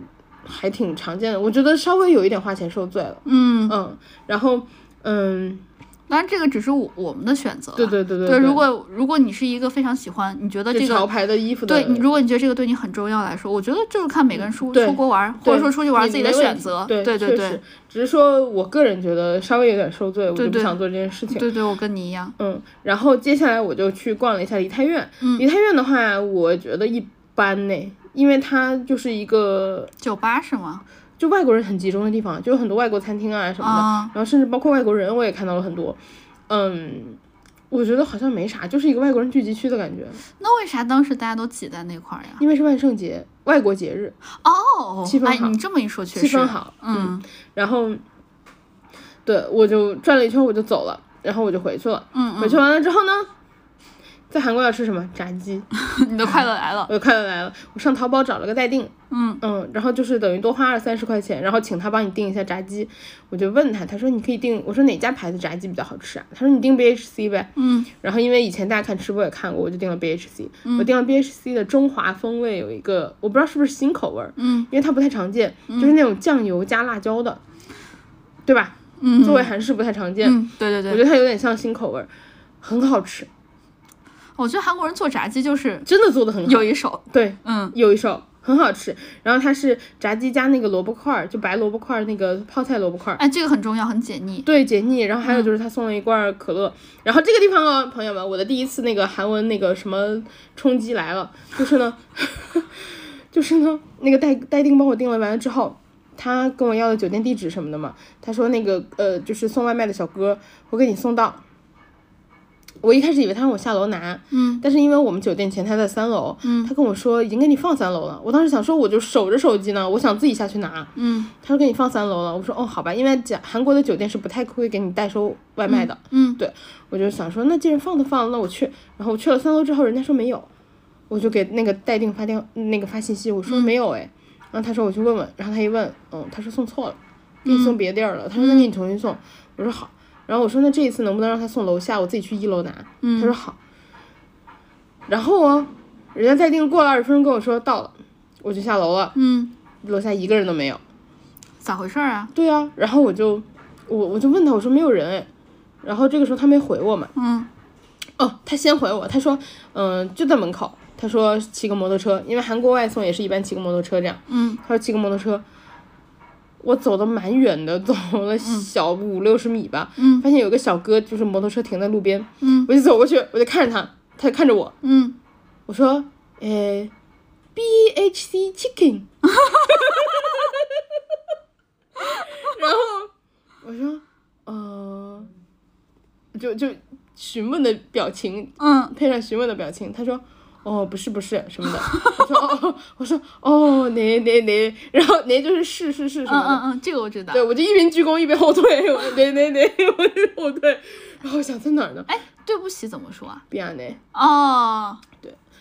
还挺常见的。我觉得稍微有一点花钱受罪了，
嗯，
嗯，然后嗯，
当然这个只是我我们的选择啊，
对对对
对
对，
如果如果你是一个非常喜欢，你觉得
就
这
潮
个
牌的衣服的，嗯
对你，如果你觉得这个对你很重要来说，我觉得就是看每个人出
对
出国玩，
对
或者说出去玩
你
自己的
没问
选
题
择，
对
对
确
对
实
对
只是说我个人觉得稍微有点受罪，我
对
就不
对
想做这件事情。
对对，我跟你一样，
嗯，然后接下来我就去逛了一下梨泰院。
嗯
梨泰院的话，我觉得一般呢，因为它就是一个
酒吧是吗？
就外国人很集中的地方，就有很多外国餐厅啊什么的，
啊
然后甚至包括外国人，我也看到了很多。嗯，我觉得好像没啥，就是一个外国人聚集区的感觉，
那为啥当时大家都挤在那块儿呀？
因为是万圣节，外国节日，
哦
气，氛
哎，
好
你这么一说确实
气氛，好。
嗯
然后，对我就转了一圈，我就走了，然后我就回去了。
嗯
回
嗯
去完了之后呢，在韩国要吃什么？炸鸡。
嗯你的快乐来 了。
我快乐来了，我上淘宝找了个待定，
嗯
嗯，然后就是等于多花了三十块钱，然后请他帮你订一下炸鸡。我就问他，他说你可以订，我说哪家牌子炸鸡比较好吃啊？他说你订 BHC 呗。
嗯，
然后因为以前大家看直播也看过，我就订了 BHC。我订了 BHC 的中华风味有一个，我不知道是不是新口味儿，
嗯，
因为它不太常见，就是那种酱油加辣椒的，对吧？嗯，作为韩式不太常见，
嗯，对对对
我觉，得它有点像新口味儿，很好吃，
我觉得韩国人做炸鸡就是
真的做的很好。
有一手，
对，
嗯
有一手很好吃。然后它是炸鸡加那个萝卜块儿，就白萝卜块儿那个泡菜萝卜块儿，
哎，这个很重要，很解腻。嗯
对解腻。然后还有就是他送了一罐可乐。然后这个地方哦，朋友们，我的第一次那个韩文那个什么冲击来了，就是呢， 就是呢，那个代代订帮我订了完了之后。他跟我要的酒店地址什么的嘛，他说那个呃，就是送外卖的小哥会给你送到。我一开始以为他让我下楼拿，
嗯
但是因为我们酒店前台在三楼，他跟我说已经给你放三楼了。我当时想说，我就守着手机呢，我想自己下去拿。
嗯
他说给你放三楼了，我说哦，好吧，因为讲韩国的酒店是不太会给你代收外卖的。
嗯
对，我就想说，那既然放都放了，那我去。然后我去了三楼之后，人家说没有，我就给那个待定发电那个发信息，我说没有哎。然后他说我去问问，然后他一问，嗯，他说送错了，给你送别地儿了。他说那给你重新送，我说好。然后我说那这一次能不能让他送楼下，我自己去一楼拿？
嗯
他说好。然后啊，人家待定过了二十分钟跟我说到了，我就下楼了，
嗯，
楼下一个人都没有。
咋回事儿啊？
对啊，然后我就我我就问他，我说没有人哎，然后这个时候他没回我嘛，
嗯
哦，他先回我，他说，嗯、就在门口，他说骑个摩托车，因为韩国外送也是一般骑个摩托车这样，
嗯
他说骑个摩托车，我走的蛮远的，走了小五六十米吧，
嗯
发现有个小哥就是摩托车停在路边，
嗯
我就走过去，我就看着他，他就看着我，
嗯，
我说，呃，B H C chicken，然后我说，呃，就就询问的表情，
嗯
配上询问的表情，他说。哦，不是不是什 么的，我说哦，哦我说哦，哪哪哪，然后哪就是是是是
嗯
什么的，
嗯嗯，这个我知道
对。我就一边鞠躬一边后退，我哪哪哪，我就后退，然后我想在哪儿呢？
哎，对不起怎么说啊？
比亚内，
哦，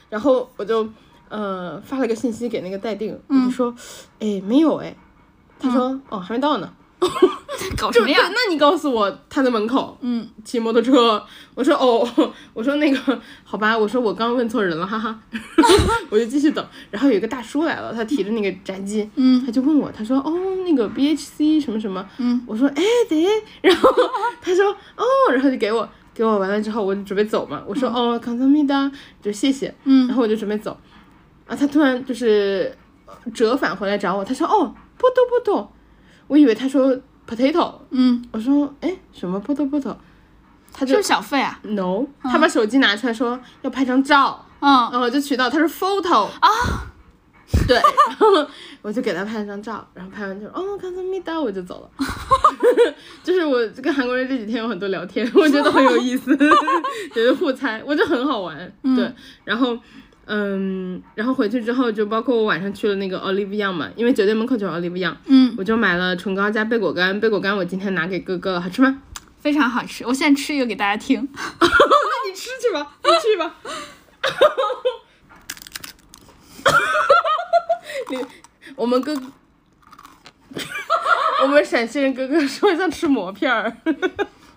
然后我就呃发了个信息给那个待定，
嗯
我就说，哎，没有哎，他说，哦，还没到呢。
搞嗯哦什
就
么
对，
呀？
那你告诉我他在门口
嗯
骑摩托车， 我说哦， 我说那个好吧，我说我刚问错人了，哈哈， 我就继续等。 然后有一个大叔来了，他提着那个炸鸡，
嗯
他就问我，他说哦，那个 BHC 什么什么，
嗯
我说哎得， 然后他说哦，然后就给我给我完了之后，我就准备走嘛，我说、哦，감사합니다，就谢谢，
嗯
然后我就准备走，啊，他突然就是呃折返回来找我，他说哦，不豆不豆，我以为他说 potato，
嗯，
我说哎什么 potato potato，他
是
就
不是小费啊？
no，他把手机拿出来说要拍张照，
嗯
然哦后我就取到他是 photo 啊， 对，然后我就给他拍了张照，然后拍完就说哦，看他咪哒，我就走了。 就是我跟韩国人这几天有很多聊天，我觉得很有意思， 就是互猜，我觉得很好玩。对，然后。嗯，然后回去之后就包括我晚上去了那个 Olive Young 嘛，因为酒店门口就有 Olive Young，
嗯，
我就买了唇膏加贝果干，贝果干我今天拿给哥哥了，好吃吗？
非常好吃。我现在吃一个给大家听。
那你吃去吧，你去吧。 你我们哥， 我们陕西人哥哥说像吃馍片儿。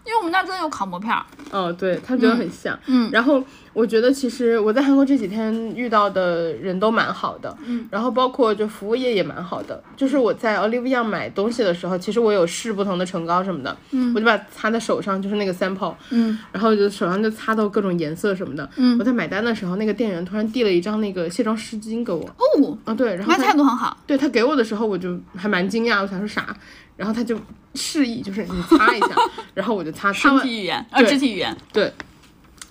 因为我们那儿真的有烤馍片儿，
哦，对他觉得很像。
嗯
然后我觉得其实我在韩国这几天遇到的人都蛮好的，嗯，然后包括就服务业也蛮好的。就是我在 Olive Young 买东西的时候，其实我有试不同的唇膏什么的，嗯，我就把擦在手上，就是那个 sample，
嗯，
然后我就手上就擦到各种颜色什么的，
嗯
我在买单的时候，那个店员突然递了一张那个卸妆湿巾给我，
哦，
啊，对，然后
那态
他
度很好。
对他给我的时候，我就还蛮惊讶，我想说啥，然后他就示意就是你 擦一下，然后我就擦，擦
身
完
体语言，呃，
对
肢体语言，
对，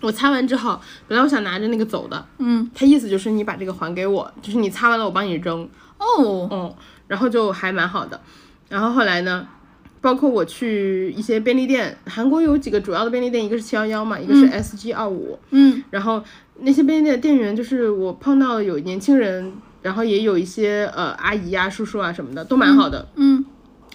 我擦完之后，本来我想拿着那个走的，
嗯，
他意思就是你把这个还给我，就是你擦完了我帮你扔，
哦，
嗯，然后就还蛮好的。然后后来呢，包括我去一些便利店，韩国有几个主要的便利店，一个是七幺幺嘛，一个是 SG 二五、
嗯
然后那些便利店的店员就是我碰到有年轻人，然后也有一些呃阿姨啊、叔叔啊什么的，都蛮好的。
嗯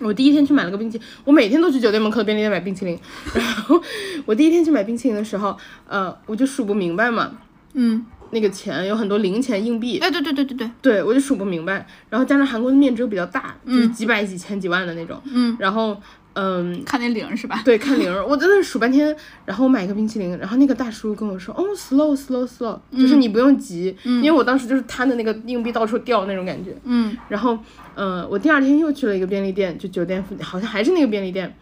我第一天去买了个冰淇淋，我每天都去酒店门口的便利店买冰淇淋。然后我第一天去买冰淇淋的时候，呃，我就数不明白嘛，
嗯，
那个钱有很多零钱硬币，
哎，对对对对对，
对我就数不明白。然后加上韩国的面值又比较大，就是几百、几千、几万的那种。
嗯，
然后嗯，
看那铃儿是吧？
对，看零儿，我在那数半天，然后我买一个冰淇淋，然后那个大叔跟我说，哦，slow slow slow，就是你不用急，因为我当时就是摊的那个硬币到处掉那种感觉。
嗯
然后，呃，我第二天又去了一个便利店，就酒店附近，好像还是那个便利店。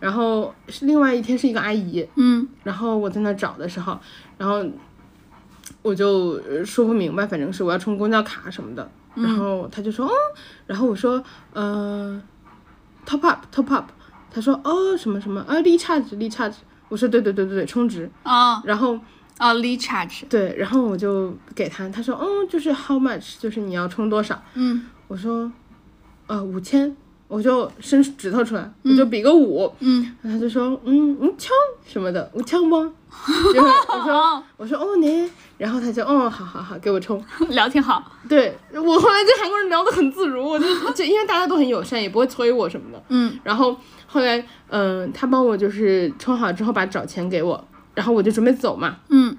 然后是另外一天是一个阿姨，
嗯
然后我在那找的时候，然后我就呃说不明白，反正是我要充公交卡什么的。然后他就说，哦，然后我说，呃，top up top up，他说，哦，什么什么啊，recharge recharge，我说对对对对对，充值。
哦
然后
哦 l e charge，
对，然后我就给他，他说，哦，就是 how much，就是你要充多少。
嗯
我说，呃，五千，我就伸指头出来，我就比个五，
嗯，
然后他就说，嗯，五枪什么的，五 枪吗？然后我说，
哦，
我说哦呢，然后他就，哦，好好好，给我充。
聊挺好，
对我后来跟韩国人聊得很自如，我就 就因为大家都很友善，也不会催我什么的。
嗯
然后后来，嗯、他帮我就是充好之后，把找钱给我，然后我就准备走嘛。
嗯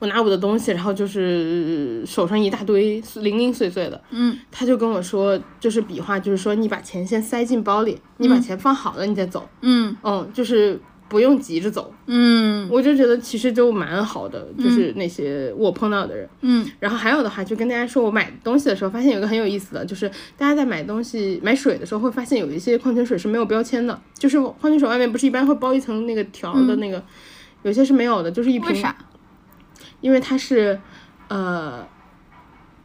我拿我的东西，然后就是手上一大堆零零碎碎的，
嗯，
他就跟我说，就是比划，就是说你把钱先塞进包里，你把钱放好了，你再走，
嗯
嗯，就是不用急着走。
嗯
我就觉得其实就蛮好的，就是那些我碰到的人。
嗯
然后还有的话，就跟大家说，我买东西的时候发现有个很有意思的，就是大家在买东西买水的时候，会发现有一些矿泉水是没有标签的，就是矿泉水外面不是一般会包一层那个条儿的那个，有些是没有的，就是一瓶
嗯为啥？
因为它是，呃，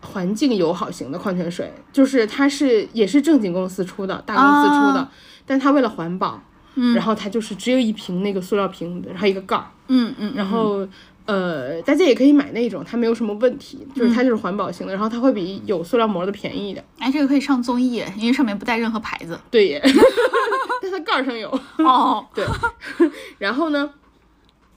环境友好型的矿泉水，就是它是也是正经公司出的，大公司出的，
啊
但它为了环保，
嗯
然后它就是只有一瓶那个塑料瓶，然后一个盖儿，
嗯嗯，
然后。呃，大家也可以买那种，它没有什么问题，
嗯
就是它就是环保型的，然后它会比有塑料膜的便宜一点。
哎，这个可以上综艺，因为上面不带任何牌子。
对耶，但它盖儿上有。
哦，
对，然后呢，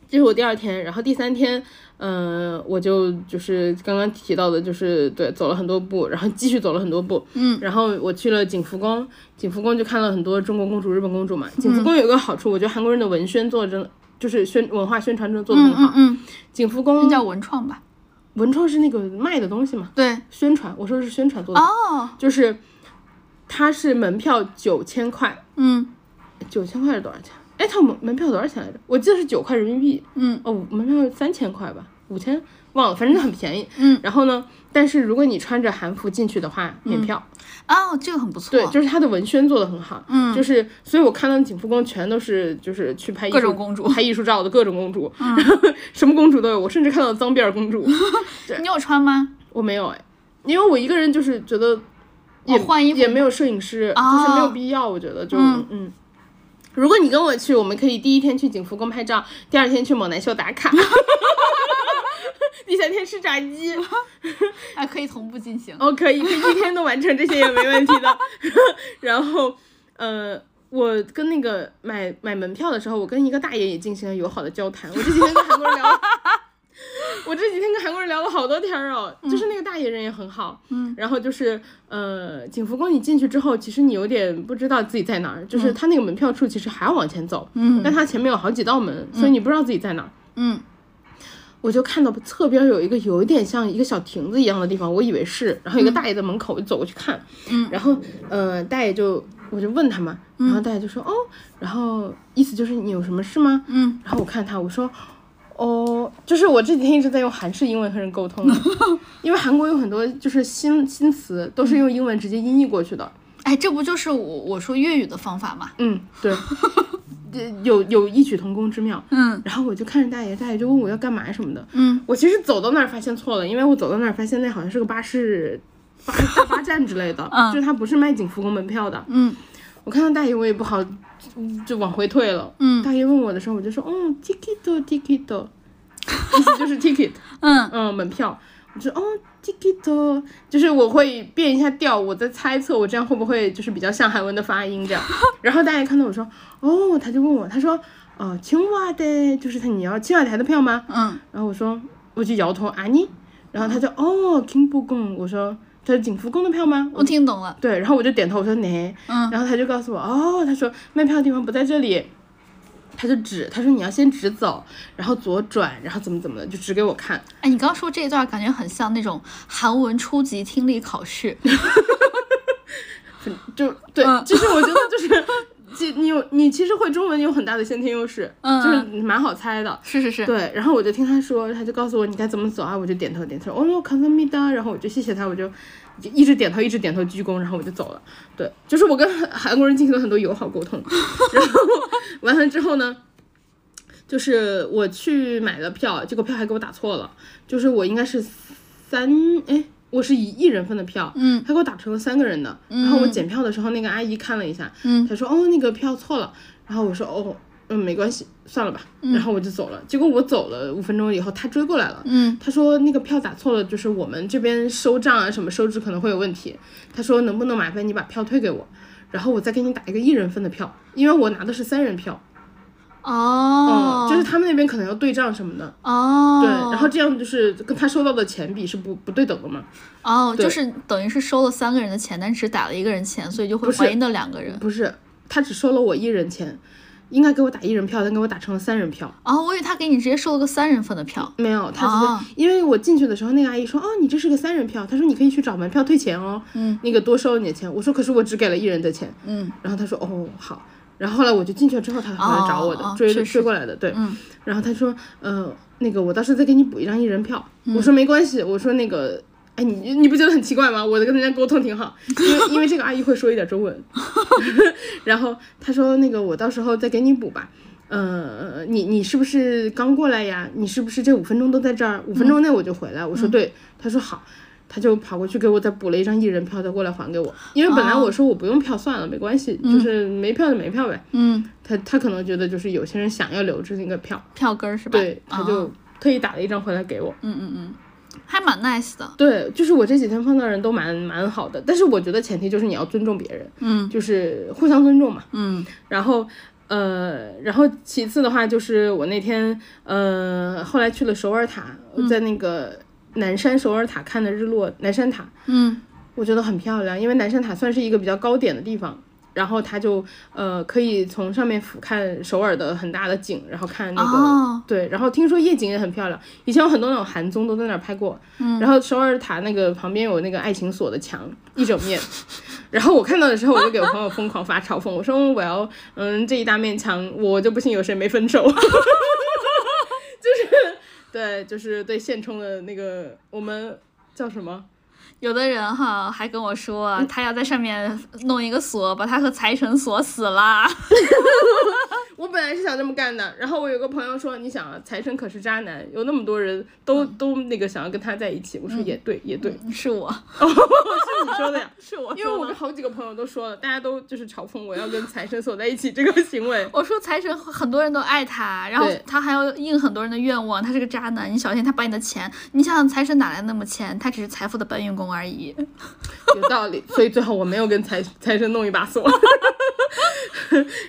这是我第二天，然后第三天，嗯、我就就是刚刚提到的，就是对走了很多步，然后继续走了很多步，
嗯，
然后我去了景福宫，景福宫就看了很多中国公主、日本公主嘛。
嗯
景福宫有一个好处，我觉得韩国人的文宣做得真的就是宣文化宣传真的做得很
嗯嗯
好。
嗯，
景福
那
宫
叫文创吧？
文创是那个卖的东西嘛，
对，
宣传，我说是宣传做的，
哦，
就是它是门票九千块，
嗯
九千块是多少钱？哎，它门门票多少钱来着？我记得是九块人民币。
嗯
哦，门票三千块吧，五千忘了，反正很便宜。
嗯，
然后呢，但是如果你穿着韩服进去的话，免票。
哦，这个很不错。
对，就是它的文宣做的很好。
嗯
就是所以我看到景福宫全都是就是去拍艺术
各种公主嗯
拍艺术照的各种公主， 什么公主都有。我甚至看到脏辫 儿公主，
你有穿吗？
我没有哎，因为我一个人就是觉得也、
我哦换衣服
也没有摄影师，
哦
就是没有必要，我觉得就
嗯
嗯。如果你跟我去，我们可以第一天去景福宫拍照，第二天去猛男秀打 卡， 第三天吃炸鸡。
哎，可以同步进行。
哦，可以，可以一天都完成这些也没问题的。 然后，呃，我跟那个买买门票的时候，我跟一个大爷也进行了友好的交谈。我这几天跟韩国人聊， 我这几天跟韩国人聊了好多天儿哦，就是那个大爷人也很好。
嗯，
然后就是，呃，景福宫你进去之后，其实你有点不知道自己在哪儿，就是他那个门票处其实还要往前走，
嗯
但他前面有好几道门，所以你不知道自己在哪儿。
嗯
我就看到侧边有一个有一点像一个小亭子一样的地方，我以为是，然后有一个大爷在门口，我就走过去看，
嗯
然后呃，大爷就我就问他嘛，然后大爷就说、哦，然后意思就是你有什么事吗？
嗯
然后我看他，我说哦，就是我这几天一直在用韩式英文和人沟通的，因为韩国有很多就是新新词都是用英文直接音译过去的，
哎，这不就是我我说粤语的方法吗？
嗯，对，有有异曲同工之妙。
嗯
然后我就看着大爷，大爷就问我要干嘛什么的，
嗯
我其实走到那儿发现错了，因为我走到那儿发现那好像是个巴士巴大巴站之类的，
嗯
就是它不是卖景福宫门票的。
嗯
我看到大爷，我也不好嗯就往回退了。
嗯
大爷问我的时候，我就说，嗯，ticket ticket，意思就是 ticket，
嗯
嗯，门票。我就哦，ticket，就是我会变一下调，我在猜测我这样会不会就是比较像韩文的发音这 样。然后大爷看到我说，哦，他就问我，他说，哦，青瓦的，就是他你要青瓦台的票吗？
嗯
然后我说，我就摇头啊你，然后他就哦，听不懂。我说他是景福宫的票吗？
我听懂了，
对，然后我就点头，我说哪？
嗯
然后他就告诉我，哦，他说卖票的地方不在这里，他就指，他说你要先直走，然后左转，然后怎么怎么的，就指给我看。
哎，你刚刚说这一段感觉很像那种韩文初级听力考 试，
就对
嗯，
就是我觉得就是，这你有你其实会中文有很大的先天优势，
嗯
就是蛮好猜的。
是是是，
对，然后我就听他说，他就告诉我你该怎么走啊，我就点头点头，哦哟，康萨米达，然后我就谢谢他，我就就一直点头，一直点头鞠躬，然后我就走了。对，就是我跟韩国人进行了很多友好 沟通，然后完了之后呢，就是我去买了票，结果票还给我打错了，就是我应该是三哎，我是以一人份的票，
嗯
他给我打成了三个人的，然后我检票的时候，那个阿姨看了一下，
嗯
她说哦那个票错了，然后我说哦嗯没关系，算了吧，然后我就走了。结果我走了五分钟以后，他追过来了，
嗯嗯，
他说那个票打错了，就是我们这边收账啊什么收支可能会有问题，他说能不能麻烦你把票退给我，然后我再给你打一个一人份的票，因为我拿的是三人票，
哦
嗯，，就是他们那边可能要对账什么的，
哦，
对，然后这样就是跟他收到的钱比是不不对等的嘛。
哦，就
对
是等于是收了三个人的钱，但只打了一个人钱，所以就会
不是
怀疑那两个人。
不是，他只收了我一人钱，应该给我打一人票，但给我打成了三人票。
哦，我以为他给你直接收了个三人份的票。
没有，他只是、
哦
因为我进去的时候，那个阿姨说：“哦，你这是个三人票。”她说：“你可以去找门票退钱哦，
嗯，
那个多收了你的钱。”我说：“可是我只给了一人的钱。
嗯”
然后她说：“哦，好。”然后后来我就进去了之后，她好像找我的，
哦哦
追
是是
追过来的，对。
嗯
然后她说：“呃，那个我到时候再给你补一张一人票。我说：“没关系。”我说：“那个。”哎，你你不觉得很奇怪吗？我跟人家沟通挺好，因为 因为这个阿姨会说一点中文， 然后他说那个我到时候再给你补吧。呃，你你是不是刚过来呀？你是不是这五分钟都在这儿？五分钟内我就回来。我说对，他说好，他就跑过去给我再补了一张一人票，再过来还给我。因为本来
哦
我说我不用票算了，没关系，就是没票就没票呗。
嗯，
他他可能觉得就是有些人想要留着那个票，
票根儿是吧？
对，他
哦
就特意打了一张回来给我。
嗯嗯嗯，还蛮 nice 的。
对，就是我这几天碰到人都蛮蛮好的，但是我觉得前提就是你要尊重别人，
嗯
就是互相尊重嘛。
嗯
然后呃，然后其次的话就是我那天呃后来去了首尔塔，
嗯
在那个南山首尔塔看的日落，南山塔
嗯
我觉得很漂亮，因为南山塔算是一个比较高点的地方。然后它就呃可以从上面俯瞰首尔的很大的景，然后看那个、
哦
对，然后听说夜景也很漂亮。以前有很多那种韩综都在那儿拍过，然后首尔塔那个旁边有那个爱情锁的墙一整面， 然后我看到的时候我就给我朋友疯狂发嘲讽，我说我要嗯这一大面墙，我就不信有谁没分手， 就是对，就是对现充的那个我们叫什么？
有的人哈还跟我
嗯
说，他要在上面弄一个锁，把他和财神锁死 了。
我本来是想这么干的，然后我有个朋友说，你想啊，财神可是渣男，有那么多人都、都那个想要跟他在一起。我说也对，也对，
是我，
哦，是你说的呀。
是 我
因为我
说
跟
的。
好几个朋友都说了，大家都就是嘲讽我要跟财神锁在一起这个行为。
我说财神很多人都爱他，然后
对
他还要应很多人的愿望，他是个渣男，你小心他把你的钱。你想想财神哪来那么钱？他只是财富的搬运工而已。
哎有道理，所以最后我没有跟财财神弄一把 锁。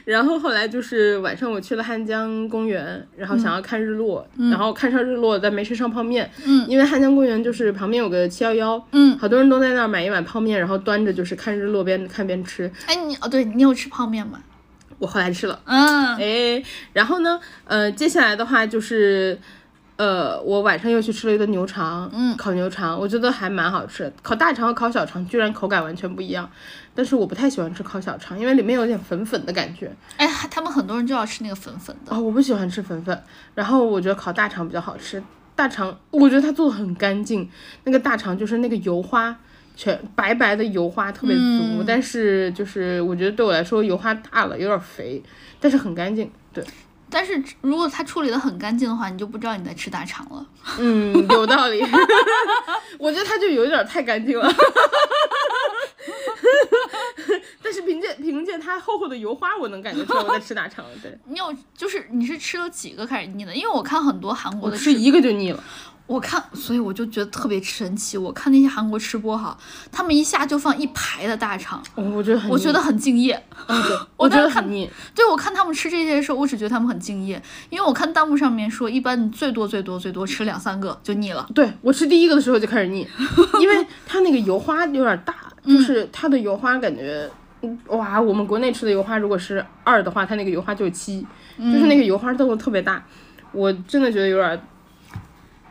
然后后来就是晚上我去了汉江公园，然后想要看日落，然后看上日落，但没吃上泡面，
嗯
因为汉江公园就是旁边有个七幺幺，
嗯
好多人都在那儿买一碗泡面，然后端着就是看日落边看边吃，
哎，你哦，对你有吃泡面吗？
我后来吃了，
嗯
哎，然后呢，呃，接下来的话就是，呃，我晚上又去吃了一顿牛肠，
嗯
烤牛肠，我觉得还蛮好吃的。烤大肠和烤小肠居然口感完全不一样，但是我不太喜欢吃烤小肠，因为里面有点粉粉的感觉。
哎，他们很多人就要吃那个粉粉的。
哦，我不喜欢吃粉粉，然后我觉得烤大肠比较好吃。大肠，我觉得它做的很干净，那个大肠就是那个油花。全白白的油花特别足，
嗯
但是就是我觉得对我来说油花大了，有点肥，但是很干净。对，
但是如果他处理的很干净的话，你就不知道你在吃大肠了。
嗯，有道 理。 我觉得它就有点太干净了。但但是凭借凭借它厚厚的油花，我能感觉出来我在吃大肠。对，
你有就是你是吃了几个开始腻的？因为我看很多韩国
我
的
吃一个就腻了。
我看，所以我就觉得特别神奇。我看那些韩国吃播哈，他们一下就放一排的大肠，
我哦我觉得很腻，
我觉得很敬业。
嗯，对，
我
我觉
当
得
时看
很腻。
对我看他们吃这些的时候，我只觉得他们很敬业，因为我看弹幕上面说，一般你最多最多最多吃两三个就腻了。
对我吃第一个的时候就开始 腻，因为它那个油花有点大，
嗯
就是它的油花感觉，嗯哇，我们国内吃的油花如果是二的话，它那个油花就有七，
嗯
就是那个油花豆特别大，我真的觉得有点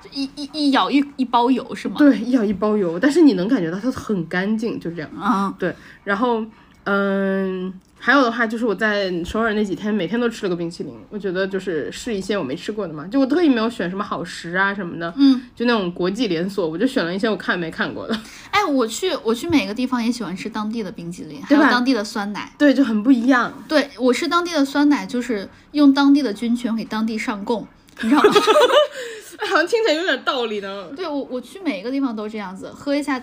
就一一一咬一一包油是吗？
对，一咬一包油，但是你能感觉到它很干净，就这样。
啊，
对，然后嗯，还有的话就是我在首尔那几天，每天都吃了个冰淇淋，我觉得就是试一些我没吃过的嘛，就我特意没有选什么好食啊什么的，
嗯，
就那种国际连锁，我就选了一些我看没看过的，
哎，我去我去每个地方也喜欢吃当地的冰激凌，还
对
有
吧
当地的酸奶。
对，就很不一样。
对我吃当地的酸奶，就是用当地的军犬给当地上供，你知道吗？
哎， 好像听起来有点道理呢。
对我，我去每个地方都这样子，喝一下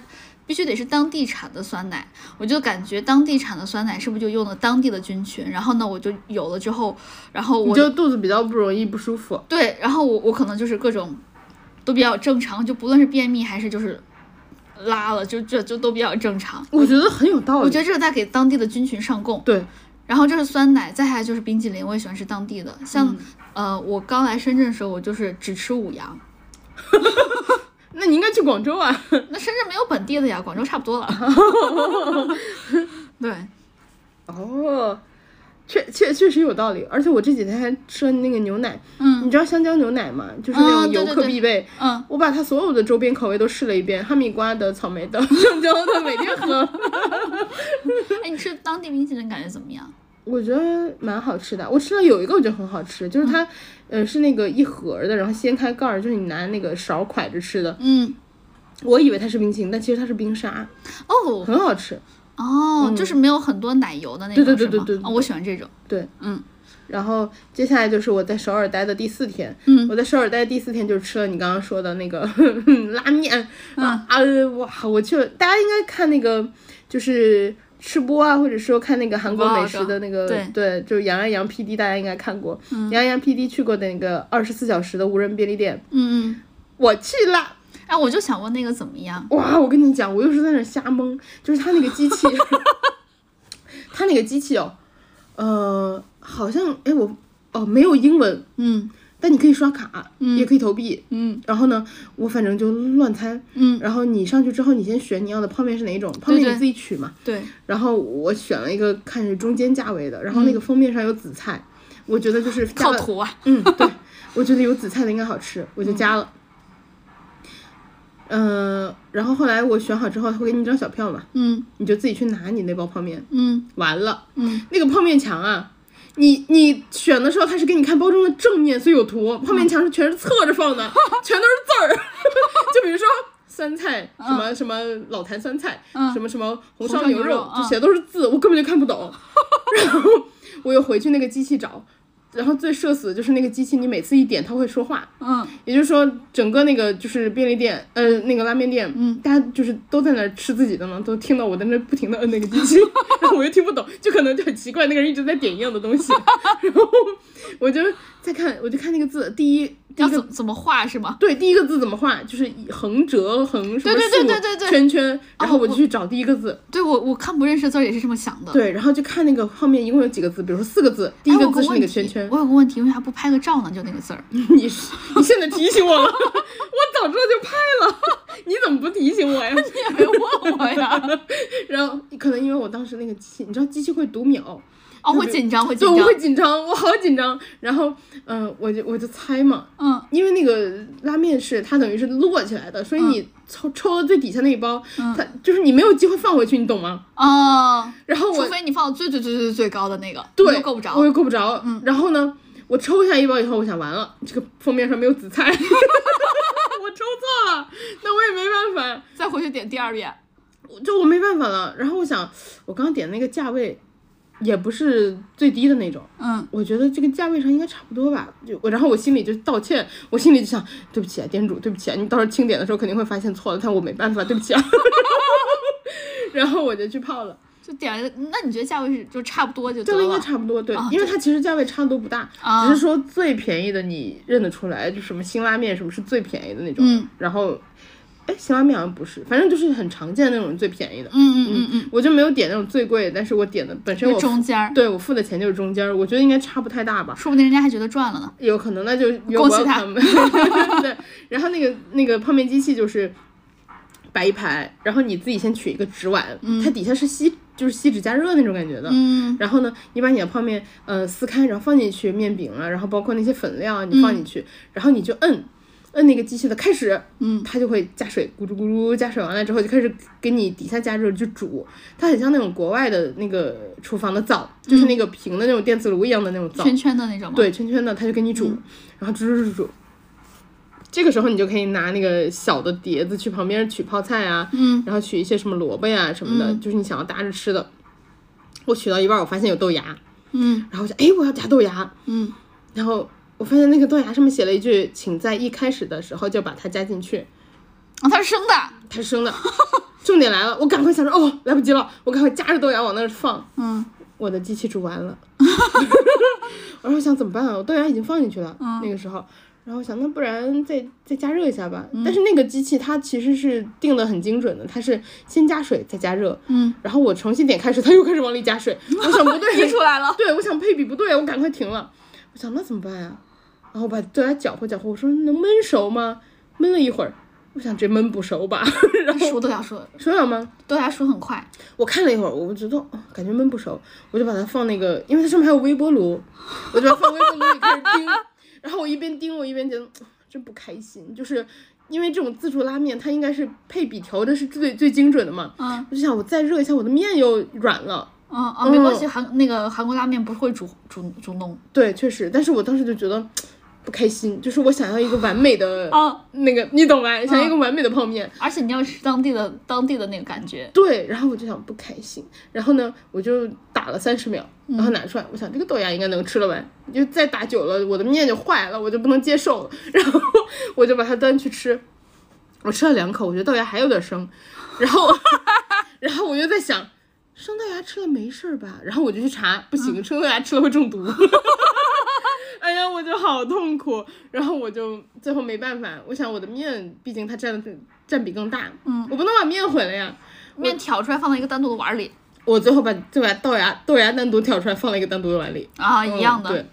必须得是当地产的酸奶。我就感觉当地产的酸奶是不是就用了当地的菌群？然后呢，我就有了之后，然后
你
我
就肚子比较不容易不舒服，
对，然后我我可能就是各种都比较正常，就不论是便秘还是就是拉了，就这就都比较正常。
我觉得很有道理。
我觉得这是在给当地的菌群上供。
对，
然后这是酸奶，再还有就是冰淇淋，我也喜欢吃当地的。像、
嗯
呃，我刚来深圳的时候，我就是只吃五羊，
那你应该去广州啊。
那深圳没有本地的呀，广州差不多了。对，
哦，确确确实有道理。而且我这几天还吃了那个牛奶，
嗯
你知道香蕉牛奶吗？就是
啊
那种
对
游
对
客
对
必备。
嗯，
我把它所有的周边口味都试了一遍，哈密瓜的、草莓的、 香蕉的，哦每天喝，
哎，你吃当地冰淇淋感觉怎么样？
我觉得蛮好吃的。我吃了有一个我觉得很好吃，
嗯
就是它，呃，是那个一盒儿的，然后掀开盖儿，就是你拿那个勺㧟着吃的。
嗯，
我以为它是冰淇淋，但其实它是冰沙，
哦
很好吃。
哦，就是没有很多奶油的那种，
嗯对对对
是吗
对对
哦，我喜欢这种。
对，
嗯
然后接下来就是我在首尔待的第四天，
嗯
我在首尔待的第四天就是吃了你刚刚说的那个 拉面，
嗯
啊啊哇！我去了，大家应该看那个就是吃播啊，或者说看那个韩国
Vlog
美食的那个，
啊对
就是杨洋洋 PD，大家应该看过，杨洋洋 PD 去过那个二十四小时的无人便利店，
嗯嗯，
我去了。
哎，我就想问那个怎么样？
哇，我跟你讲，我又是在那儿瞎蒙，就是他那个 机器，他那个机器哦，呃，好像哎我哦没有英文，
嗯
但你可以刷卡，也可以投币。
嗯
然后呢，我反正就乱猜。
嗯，
然后你上去之后，你先选你要的泡面是哪一种，泡面
对
你自己取嘛。
对，
然后我选了一个看是中间价位的，然后那个封面上有紫菜，我觉得就是加
嗯靠
了
图啊。
嗯，对，我觉得有紫菜的应该好吃，我就加了。嗯、然后后来我选好之后，他会给你一张小票嘛，
嗯
你就自己去拿你那包泡面。
嗯
完了，
嗯，
那个泡面墙啊，你你选的时候他是给你看包装的正面，所以有
嗯
图；泡面墙是全是侧着 放的，全都是字儿。 就比如说酸菜，什么、什么老坛酸菜，
嗯
什么什么红
烧
烧
牛
牛
肉
就
嗯
写的都是字，我根本就看 不懂。然后我又回去那个机器找，然后最社死的就是那个机器，你每次一点它会说话。
嗯
也就是说，整个那个就是便利店，呃，那个拉面店，
嗯
大家就是都在那儿吃自己的嘛，都听到我在那儿不停的呃摁那个机 器，然后我又听不懂，就可能就很奇怪，那个人一直在点一样的东 西，然后我就在看，我就看那个字，第一第
要
一个
怎怎么画是吗？
对第一个字怎么画，就是横折横什
对
么
对对
竖
对对对
圈圈，然后
我啊
我就去找第一个字，
对我我看不认识的字儿也是这么想的。
对，然后就看那个泡面一共有几个字，比如说四个字，第
哎，
一
我有
个字是那
问
个
题，
圈圈，嗯
我有个问题，为啥不拍个照呢？就那个字儿，
你是你现在提醒我了，我早知道就拍了， 你怎么不提醒我 呀？
也没问我呀。
然后可能因为我当时那个机器，你知道机器会读秒，
哦，会紧张，会紧
对，我
张。
会紧张，我好紧张。然后，嗯、我就我就猜嘛，
嗯
因为那个拉面是它等于是摞起来的，所以你抽、抽了最底下那一包，
嗯
它就是你没有机会放回去，你懂吗？
哦，
然后
除
我
非你放到最最最最最高的那个，
对
你又够不着嗯
我。又够不着。然后呢，我抽下一包以后，我想完了，这个封面上没有紫菜，我 抽错了，那我也没办法。
再回去点第二遍。
就我没办法了。然后我想，我刚点那个价位，也不是最低的那种，
嗯，
我觉得这个价位上应该差不多吧。就我，然后我心里就道歉，我心里就想，对不起啊，店主，对不起啊，你到时候 清点的时候肯定会发现错了，但我没办法，对不起啊。然后我就去泡了，
就点了，那你觉得价位是就差不多就得
价位应该
了？
差不多，对
哦，
因为它其实价位差都不大，
啊
只是说最便宜的你认得出来，就什么辛拉面什么是最便宜的那种，
嗯
然后，哎，辛拉面好像不是，反正就是很常见那种最便宜的，
嗯嗯嗯
我就没有点那种最贵的，但是我点的本身
嗯，
我
中间儿，
对我付的钱就是中间儿，我觉得应该差不太大吧，
说不定人家还觉得赚了呢。
有可能那就
恭喜他
welcome 对，然后那个那个泡面机器就是摆一排，然后你自己先取一个纸碗，它底下是锡就是锡纸加热那种感觉的。
嗯
然后呢，你把你的泡面呃撕开，然后放进去面饼啊，然后包括那些粉料啊，你放进去，然后你就摁摁那个机器的开始，
嗯，
它就会加水，咕噜咕噜加水完了之后就开始给你底下加热就煮，它很像那种国外的那个厨房的灶，就是那个平的那种电磁炉一样的那种灶，
嗯圈嗯圈的那种吗？，
对，圈圈的，它就给你煮，然后煮煮煮煮。这个时候你就可以拿那个小的碟子去旁边取泡菜啊，
嗯
然后取一些什么萝卜呀、什么的，
嗯
就是你想要搭着吃的。我取到一半，我发现有豆芽，
嗯
然后我想，哎，我要加豆芽，
嗯
然后我发现那个豆芽上面写了一句，请在一开始的时候就把它加进去，
啊，它是生的，
它是生的。 重点来了，我赶快想说，哦，来不及了，我赶快夹着豆芽往那儿放，
嗯
我的机器煮完了， 然后我想怎么办啊？我豆芽已经放进去了，
嗯
那个时候，然后我想那不然再再加热一下吧。
嗯
但是那个机器它其实是定的很精准的，它是先加水再加热，
嗯，
然后我重新点开时它又开始往里加水， 我想不
溢
对，
出来了。
对，我想配比不对，我赶快停了。我想那怎么办呀、然后我把豆芽搅和搅和，我说能焖熟吗？焖了一会儿，我想这焖不熟吧， 然后
熟豆芽熟，
熟了吗？
豆芽熟很快。
我看了一会儿，我觉得、哦、感觉焖不熟，我就把它放那个，因为它上面还有微波炉，我就把它放微波炉里开始叮。然后我一边叮，我一边觉得嗯真不开心，就是因为这种自助拉面，它应该是配比调的是最最精准的嘛。
嗯
我就想，我再热一下，我的面又软了。
嗯啊，没关系，韩那个韩国拉面不会煮煮煮浓。
对，确实，但是我当时就觉得不开心，就是我想要一个完美的，
啊，
那个你懂吧？想要一个完美的泡面。
而且你要吃当地的当地的那个感觉。
对，然后我就想不开心，然后呢，我就打了三十秒，然后拿出来，我想这个豆芽应该能吃了吧，就再打久了，我的面就坏了，我就不能接受了， 然后我就把它端去吃，我吃了两口，我觉得豆芽还有点 生，然后，然后我就在想，生豆芽吃了没事儿吧？然后我就去查，不行，生豆芽吃了会 中毒。哎呀，我就好痛苦，然后我就最后没办法，我想我的面毕竟它占的占比更大，嗯，我不能把面毁了呀，
面挑出来放到一个单独的碗里
我最后把就把豆芽豆芽单独挑出来，放了一个单独的碗里，
啊，一样
嗯、对
的。。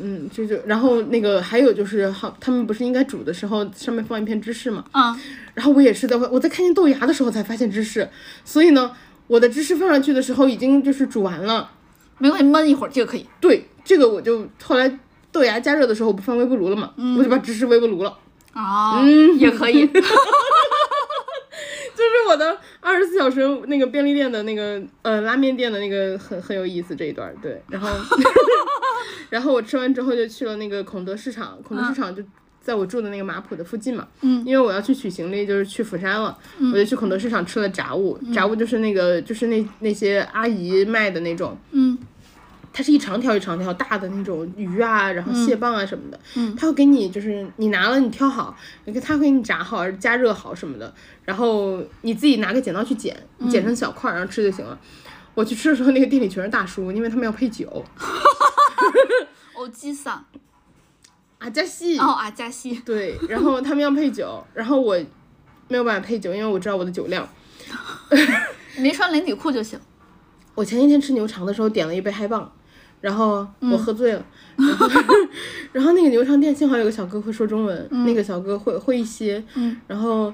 嗯，就就，然后那个还有就是，好，他们不是应该煮的时候上面放一片芝士嘛？
嗯
然后我也是在我在看见豆芽的时候才发现芝士，所以呢，我的芝士放上去的时候已经就是煮完了。
没关系，焖一会儿这个可以。
对，这个我就后来豆芽加热的时候我不放微波炉了嘛，
嗯
我就把芝士微波炉了，
啊，嗯，也可 以。
就是我的二十四小时那个便利店的那个呃拉面店的那个很很有意思这一段儿，对，然后然后我吃完之后就去了那个孔德市场，孔德市场就在我住的那个马普的附近嘛，
嗯，
因为我要去取行李，就是去釜山了，我就去孔德市场吃了炸物，炸物就是那个就是那那些阿姨卖的那种，
嗯
它是一长条一长条大的那种鱼啊，然后蟹棒啊什么的，
嗯
它会给你就是你拿了你挑好，你看它会给你炸好、加热好什么的，然后你自己拿个剪刀去剪，剪成小块儿然后吃就行了。我去吃的时候，那个店里全是大叔，因为他们要配酒。
哦，鸡嗓
啊，加戏
哦啊，加西
对，然后他们要配酒，然后我没有办法配酒，因为我知道我的酒量。
没穿连体裤就行。
我前一天吃牛肠的时候点了一杯嗨棒，然后我
嗯
喝醉了，然后 然后那个牛肠店幸好有个小哥会说中文，那个小哥会会一些，
嗯
然后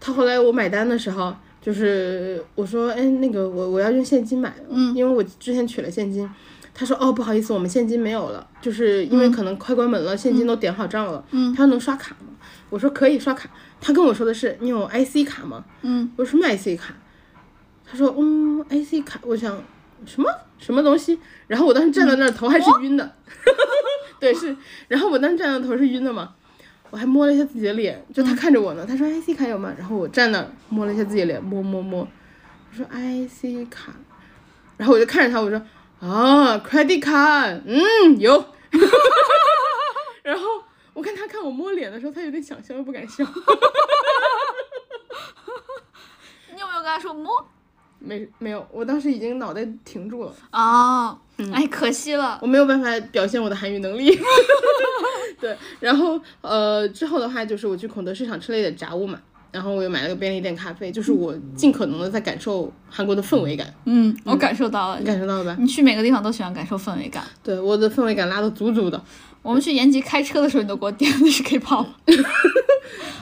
他后来我买单的时候，就是我说，哎，那个我我要用现金买，
嗯
因为我之前取了现金。他说：“哦，不好意思，我们现金没有了，就是因为可能快关门了，现金都点好账了。
嗯
他说：“能刷卡吗？”我说：“可以刷卡。”他跟我说的是：“你有 IC 卡吗？”
嗯
我说什么 IC 卡？他说嗯，IC 卡。我想什么什么东西？然后我当时站在那儿，头还是晕的。 对，是。然后我当时站在头是晕的嘛，我还摸了一下自己的脸，就他看着我呢，他说 IC 卡有吗？然后我站那儿摸了一下自己的脸，摸摸摸，我说 IC 卡，然后我就看着他，我说啊，credit card，嗯，有。 然后我看他看我摸脸的时候，他有点想笑又不敢笑。
你有没有跟他说摸？
没没有，我当时已经脑袋停住了，
哦，哎，可惜了。
我没有办法表现我的韩语能力。 对，然后呃，之后的话就是我去孔德市场吃了一点炸物嘛，然后我又买了个便利店咖啡，就是我尽可能的在感受韩国的氛围感，
嗯，我感受到了。
你感受到了吧？
你去每个地方都喜欢感受氛围感。
对，我的氛围感拉的足足的。
我们去延吉开车的时候，你都给我点 的是 K-pop，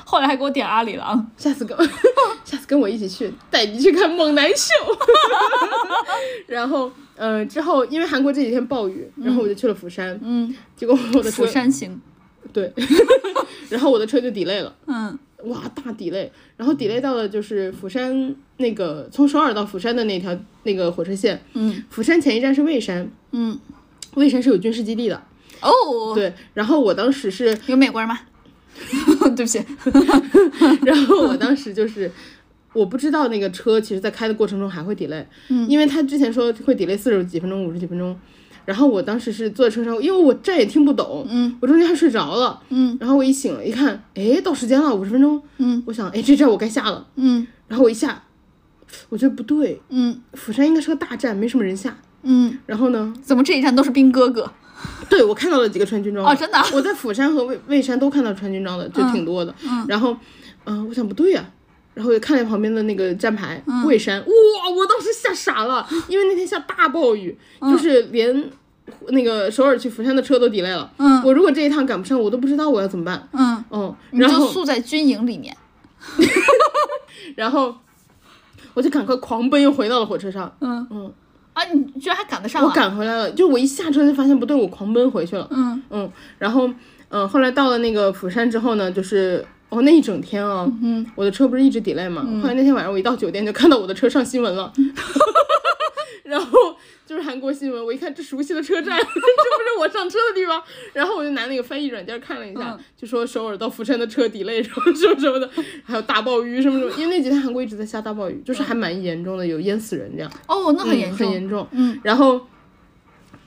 后来还给我点阿里郎。
下次跟 下次跟我一起去，带你去看猛男秀。 然后，呃，之后因为韩国这几天暴雨，然后我就去了釜山。
嗯，
结果我的车
釜山行。
对，然后我的车就 delay 了，
嗯
哇，大 delay。然后 delay 到了就是釜山那个从首尔到釜山的那条那个火车线，
嗯
釜山前一站是蔚山，
嗯。
蔚山是有军事基地的。
哦，
对，然后我当 时是，
有美国人 吗？对不起。
然后我当时就是。我不知道那个车其实，在开的过程中还会 delay，、
嗯
因为他之前说会 delay 四十几分钟、五十几分钟，然后我当时是坐在车上，因为我站也听不懂，
嗯
我中间还睡着了，
嗯
然后我一醒了，一看，哎，到时间了，五十分钟，
嗯
我想，哎，这站我该下了，
嗯
然后我一下，我觉得不对，
嗯
釜山应该是个大站，没什么人下。
嗯，
然后呢，
怎么这一站都是兵哥哥？
对我看到了几个穿军装
哦真的啊嗯
我在釜山和蔚蔚山都看到穿军装的，就挺多的。然后，嗯、我想不对呀、然后我就看了旁边的那个站牌，
嗯
蔚、山，哇，我当时吓傻了，因为那天下大暴雨，
嗯
就是连那个首尔去釜山的车都 delay 了。
嗯
我如果这一趟赶不上，我都不知道我要怎么办。
嗯，
哦，
你
然
就
后
宿在军营里面。
然后我就赶快狂奔，又回到了火车上。
嗯
嗯，
啊，你居然还赶得上
我
啊！
赶回来了，就我一下车就发现不对，我狂奔回去了。
嗯
嗯，然后嗯、呃后来到了那个釜山之后呢，就是哦那一整天啊、
嗯，
我的车不是一直 delay 嘛，后来那天晚上我一到酒店就看到我的车上新闻了。
嗯
然后就是韩国新闻，我一看这熟悉的车站，这 不是我上车的地方。然后我就拿那个翻译软件看了一下，
嗯
就说首尔到釜山的车 delay 什么什么什么的，还有大暴雨什么什么。因为那几天韩国一直在下大暴雨，就是还蛮严重的，有淹死人这样。
嗯哦，那很
嗯
严
很
重。
严重。
嗯
然后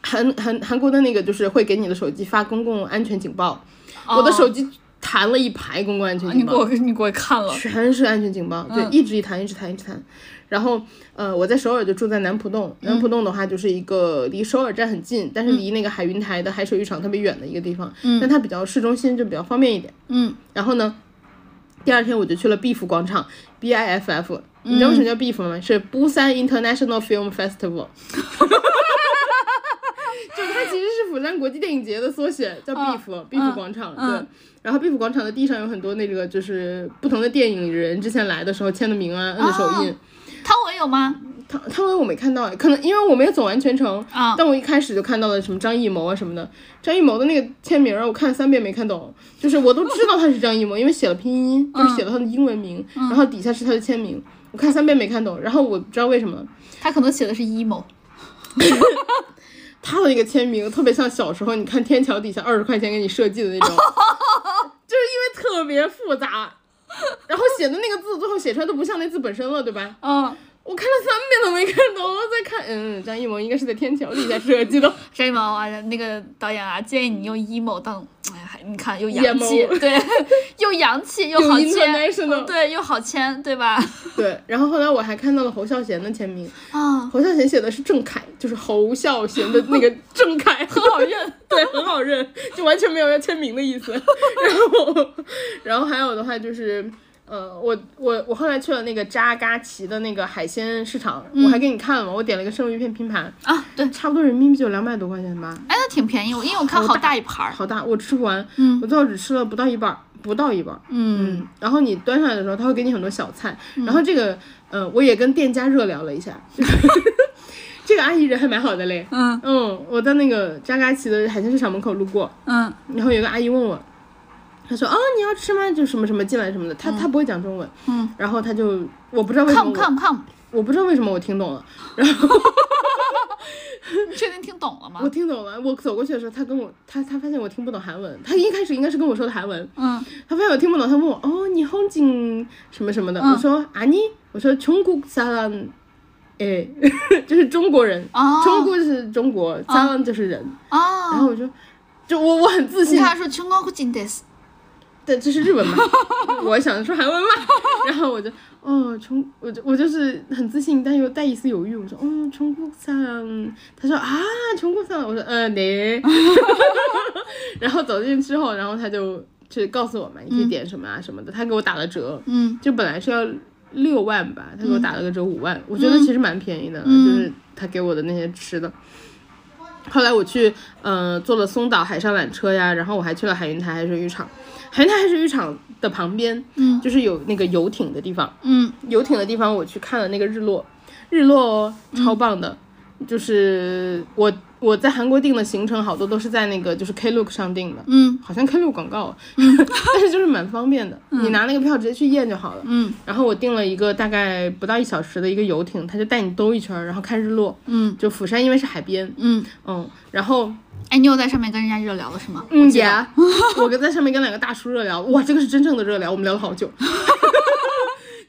韩韩韩国的那个就是会给你的手机发公共安全警报，
哦
我的手机弹了一排公共安全
啊
警
你给
报，
我你给我看了。
全是安全警报，对，
嗯
一直一弹一直弹一直弹。然后呃，我在首尔就住在南浦洞，
嗯
南浦洞的话就是一个离首尔站很近，但是离那个海云台的海水浴场特别远的一个地方，
嗯
但它比较市中心就比较方便一点。
嗯
然后呢，第二天我就去了 BIF 广场，B I F F。你知道为什
嗯
么叫 BIF 吗？是 Busan International Film Festival。就它其实是釜山国际电影节的缩写，叫 BIF，BIF、
嗯
广场。
嗯
对，然后 BIF 广场的地上有很多那个就是不同的电影人之前来的时候签的名啊，摁的手
哦
印。
汤唯有吗？
他他们我没看到哎，可能因为我没有走完全程，
啊
但我一开始就看到了什么张艺谋啊什么的，张艺谋的那个签名儿我看了三遍没看懂，就是我都知道他是张艺谋，因为写了拼音，就是写了他的英文名，然后底下是他的签名，我看三遍没看懂，然后我不知道为什么
他可能写的是 emo。
他的那个签名特别像小时候你看天桥底下二十块钱给你设计的那种，就是因为特别复杂，然后写的那个字最后写出来都不像那字本身了，对吧？
嗯，
我看了三遍都没看懂，我在看，嗯，张艺谋应该是在天桥底下设计 的。
张艺谋啊，那个导演啊，建议你用 emo 当，哎呀，你看又
眼
洋
眸
气，对， 又洋气又
又
好
international
签， 对，又好签，对 吧？
对，然后后来我还看到了侯孝贤的签名，
啊，
侯孝贤写的是郑恺，就是侯孝贤的那个郑恺， 很好认，对，很好认，就完全没有要签名的意思。 然后，然后还有的话就是。呃，我我我后来去了那个扎嘎奇的那个海鲜市场，我还给你看了嘛，我点了个生鱼片拼盘，
啊，对，
差不多人民币就两百多块钱吧，
哎，那挺便宜，我因为我看好大一盘儿，
好大，我吃不完，
嗯
我最后只吃了不到一半儿，不到一半儿，
嗯
嗯，然后你端上来的时候，他会给你很多小菜。然后这个，呃，我也跟店家热聊了一下， 就是这个阿姨人还蛮好的嘞。
嗯
嗯，我在那个扎嘎奇的海鲜市场门口路过，
嗯
然后有个阿姨问我，她说：“哦，你要吃吗？就什么什么进来什么的。她”她不会讲中文，
嗯
然后她就我不知道为什么
，come come
我
come，
我不知道为什么我听懂了，
你确定听懂了吗
我？听懂了。我走过去的时候，她跟我她她发现我听不懂韩文，她一开始应该是跟我说的韩文，
嗯
他发现我听不懂，他问我哦，你红景什么什么的，
嗯
我说啊你，我说中国撒浪，哎， 就是中国人，
哦
中国是中国，撒浪就是人，然
哦，
后我就就我我很自
你
信，
看说中国进的是，
对，这是 日文嘛，我想说韩文嘛， 然后我就哦，重，我就我就是很自信，但又带一丝犹豫，我说嗯，重复上，他说啊，重复上，我说呃， 对， 然后走进去之后，然后他就就告诉我嘛，你可以点什么啊什么的，他给我打了折，
嗯，
就本来是要六万吧，他给我打了个折五万，我觉得其实蛮便宜的，就是他给我的那些吃的。后来我去，呃，坐了松岛海上缆车呀，然后我还去了海云台海水浴场。海云台海水浴场的旁边，
嗯
就是有那个游艇的地方，
嗯
游艇的地方我去看了那个日落，日落哦，超棒的。就是我我在韩国订的行程好多都是在那个就是 Klook 上订的，
嗯
好像 Klook 广告啊， 但是就是蛮方便的，你拿那个票直接去验就好了。
嗯
然后我订了一个大概不到一小时的一个游艇，他就带你兜一圈儿，然后看日落。
嗯
就釜山因为是海边，
嗯，
嗯，然后
哎，你有在上面跟人家热聊了是吗？
嗯姐， 我跟在上面跟两个大叔热聊，哇，这个是真正的热聊，我们聊 了好久。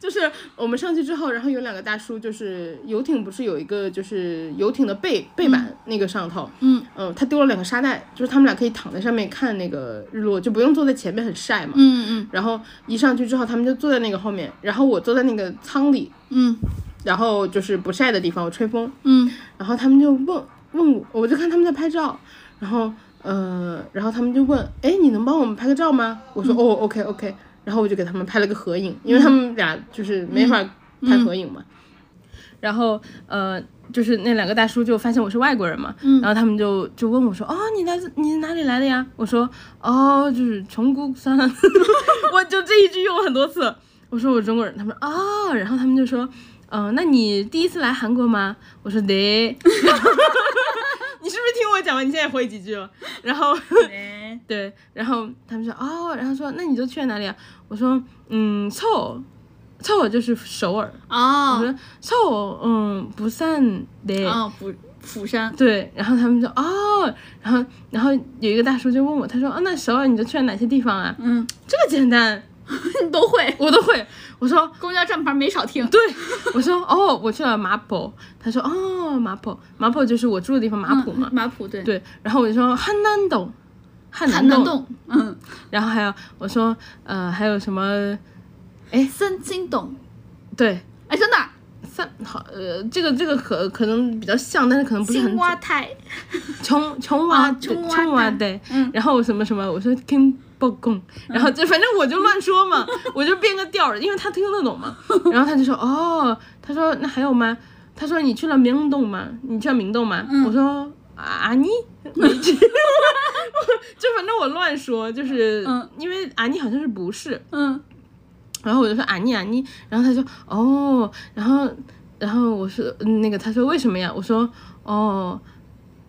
就是我们上去之后，然后有两个大叔，就是游艇不是有一个就是游艇的背背板、那个上头，
嗯
嗯，他丢了两个沙袋，就是他们俩可以躺在上面看那个日落，就不用坐在前面很晒嘛。
嗯
然后一上去之后，他们就坐在那个后面，然后我坐在那个舱里，
嗯
然后就是不晒的地方，我吹风，
嗯
然后他们就问问我，我就看他们在拍照，然后呃，然后他们就问，哎，你能帮我们拍个照吗？我说、哦，OK OK，然后我就给他们拍了个合影，因为他们俩就是没法拍合影嘛。然后呃，就是那两个大叔就发现我是外国人嘛，然后他们就就问我说，哦，你来自你哪里来的呀？我说哦，就是从姑山， 我就这一句用了很多次。我说我中国人，他们说哦，然后他们就说，嗯、那你第一次来韩国吗？我说对。 你是不是听我讲完？你现在会几句了？然后
嗯，
对，然后他们说哦，然后说那你就去了哪里啊？我说嗯，凑凑就是首尔，我
哦
说凑嗯不算的。
哦，釜釜山，
对，然后他们就哦，然后然后有一个大叔就问我，他说哦，那首尔你就去了哪些地方 啊？
嗯，
这么简单，
都会，
我都会。我说
公交站牌没少听。
对，我说哦，我去了马浦。他说哦，马浦，马浦就是我住的地方，马浦嘛。
嗯马普对，
对，然后我就说汉南洞，汉
汉南洞，嗯，
然后还有我说呃还有什么
哎三清洞，
对
哎，真的啊，
三好呃这个这个可可能比较像，但是可能不是很
青蛙台，
琼琼蛙
啊
对
琼蛙
琼蛙
蛋
对，
嗯
然后什么什么我说 king 不公，然后就反正我就乱说 嘛，我就编个调儿，因为他听得懂嘛，然后他就说哦，他说那还有吗？他说你去了明洞吗？你去了明洞吗？
嗯
我说 啊你。 没去就反正我乱说，就是、
嗯
因为啊，你好像是不是，
嗯
然后我就说啊你啊你，然后他说哦，然后然后我说嗯那个他说为什么呀？我说哦，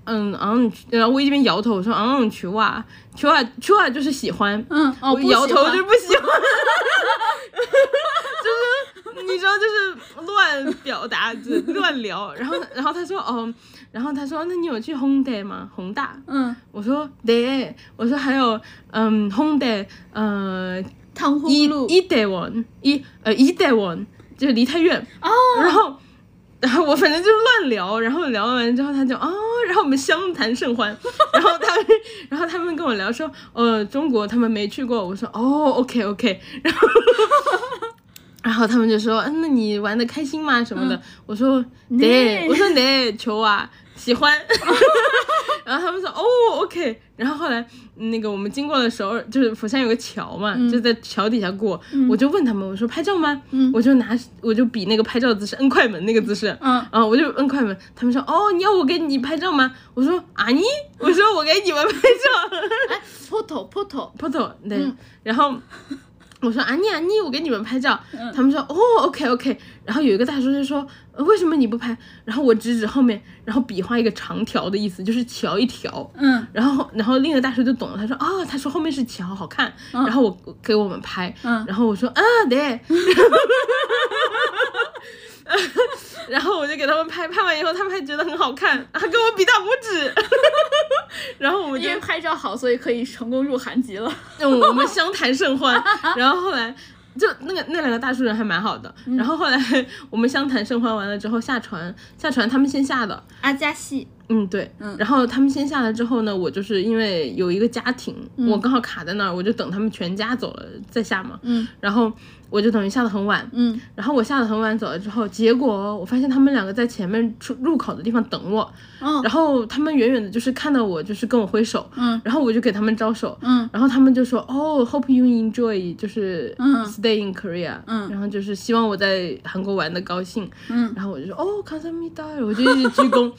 嗯嗯，然后我一边摇头，我说嗯去哇去哇去哇就是喜欢，
嗯，哦，
我
不喜
摇头
欢
就是不喜欢， 就是你知道就是乱表达就乱聊，然后然后他说哦，然后他说那你有去 Hongdae 吗？宏大，
嗯，
我说对，我说还有嗯 Hongdae 呃
汤呼
一
路，
一得文一呃一得文就是离太远
哦，
然后 然后我反正就是乱聊，然后聊完之后他就哦，然后我们相谈甚欢，然后他们然后他们跟我聊说，呃，中国他们没去过，我说哦，OK OK，然 后然后他们就说，嗯，那你玩的开心吗？什么的，我说对，
对
我说对，球啊，喜欢。然后他们说哦，OK。然后后来嗯那个我们经过了首尔，就是釜山有个桥嘛，就在桥底下过。我就问他们，我说拍照吗？
嗯
我就拿我就比那个拍照姿势，摁快门那个姿势。
嗯
啊，我就摁快门。他们说哦，你要我给你拍照吗？我说啊你， 我说我给你们拍照。
哎 ，photo photo，
p o t o 对，
嗯
然后。我说啊你啊你，我给你们拍照。
嗯
他们说哦，OK OK。然后有一个大叔就说、呃为什么你不拍？然后我指指后面，然后比划一个长条的意思，就是桥一条。
嗯
然后然后另一个大叔就懂了，他说哦，他说后面是桥，好看。然后我我给我们拍，
嗯
然后我说啊对， 然后我就给他们拍，拍完以后他们还觉得很好看，还给我比大拇指。 然后我们就
因为拍照好，所以可以成功入韩籍了。
嗯，我们相谈甚欢。然后后来就那个那两个大叔人还蛮好的。然后后来我们相谈甚欢完了之后下船，下船他们先下的，
阿加西，
嗯，对，
嗯
然后他们先下来之后呢，我就是因为有一个家庭，
嗯
我刚好卡在那儿，我就等他们全家走了再下嘛。
嗯
然后我就等于下的很晚，
嗯
然后我下的很晚走了之后，结果哦我发现他们两个在前面出入口的地方等我，
哦
然后他们远远的就是看到我，就是跟我挥手，
嗯
然后我就给他们招手，
嗯
然后他们就说哦，hope you enjoy，就是
嗯
stay in Korea，
嗯
然后就是希望我在韩国玩的高兴，
嗯
然后我就说哦，康萨米达，我就一直鞠 躬，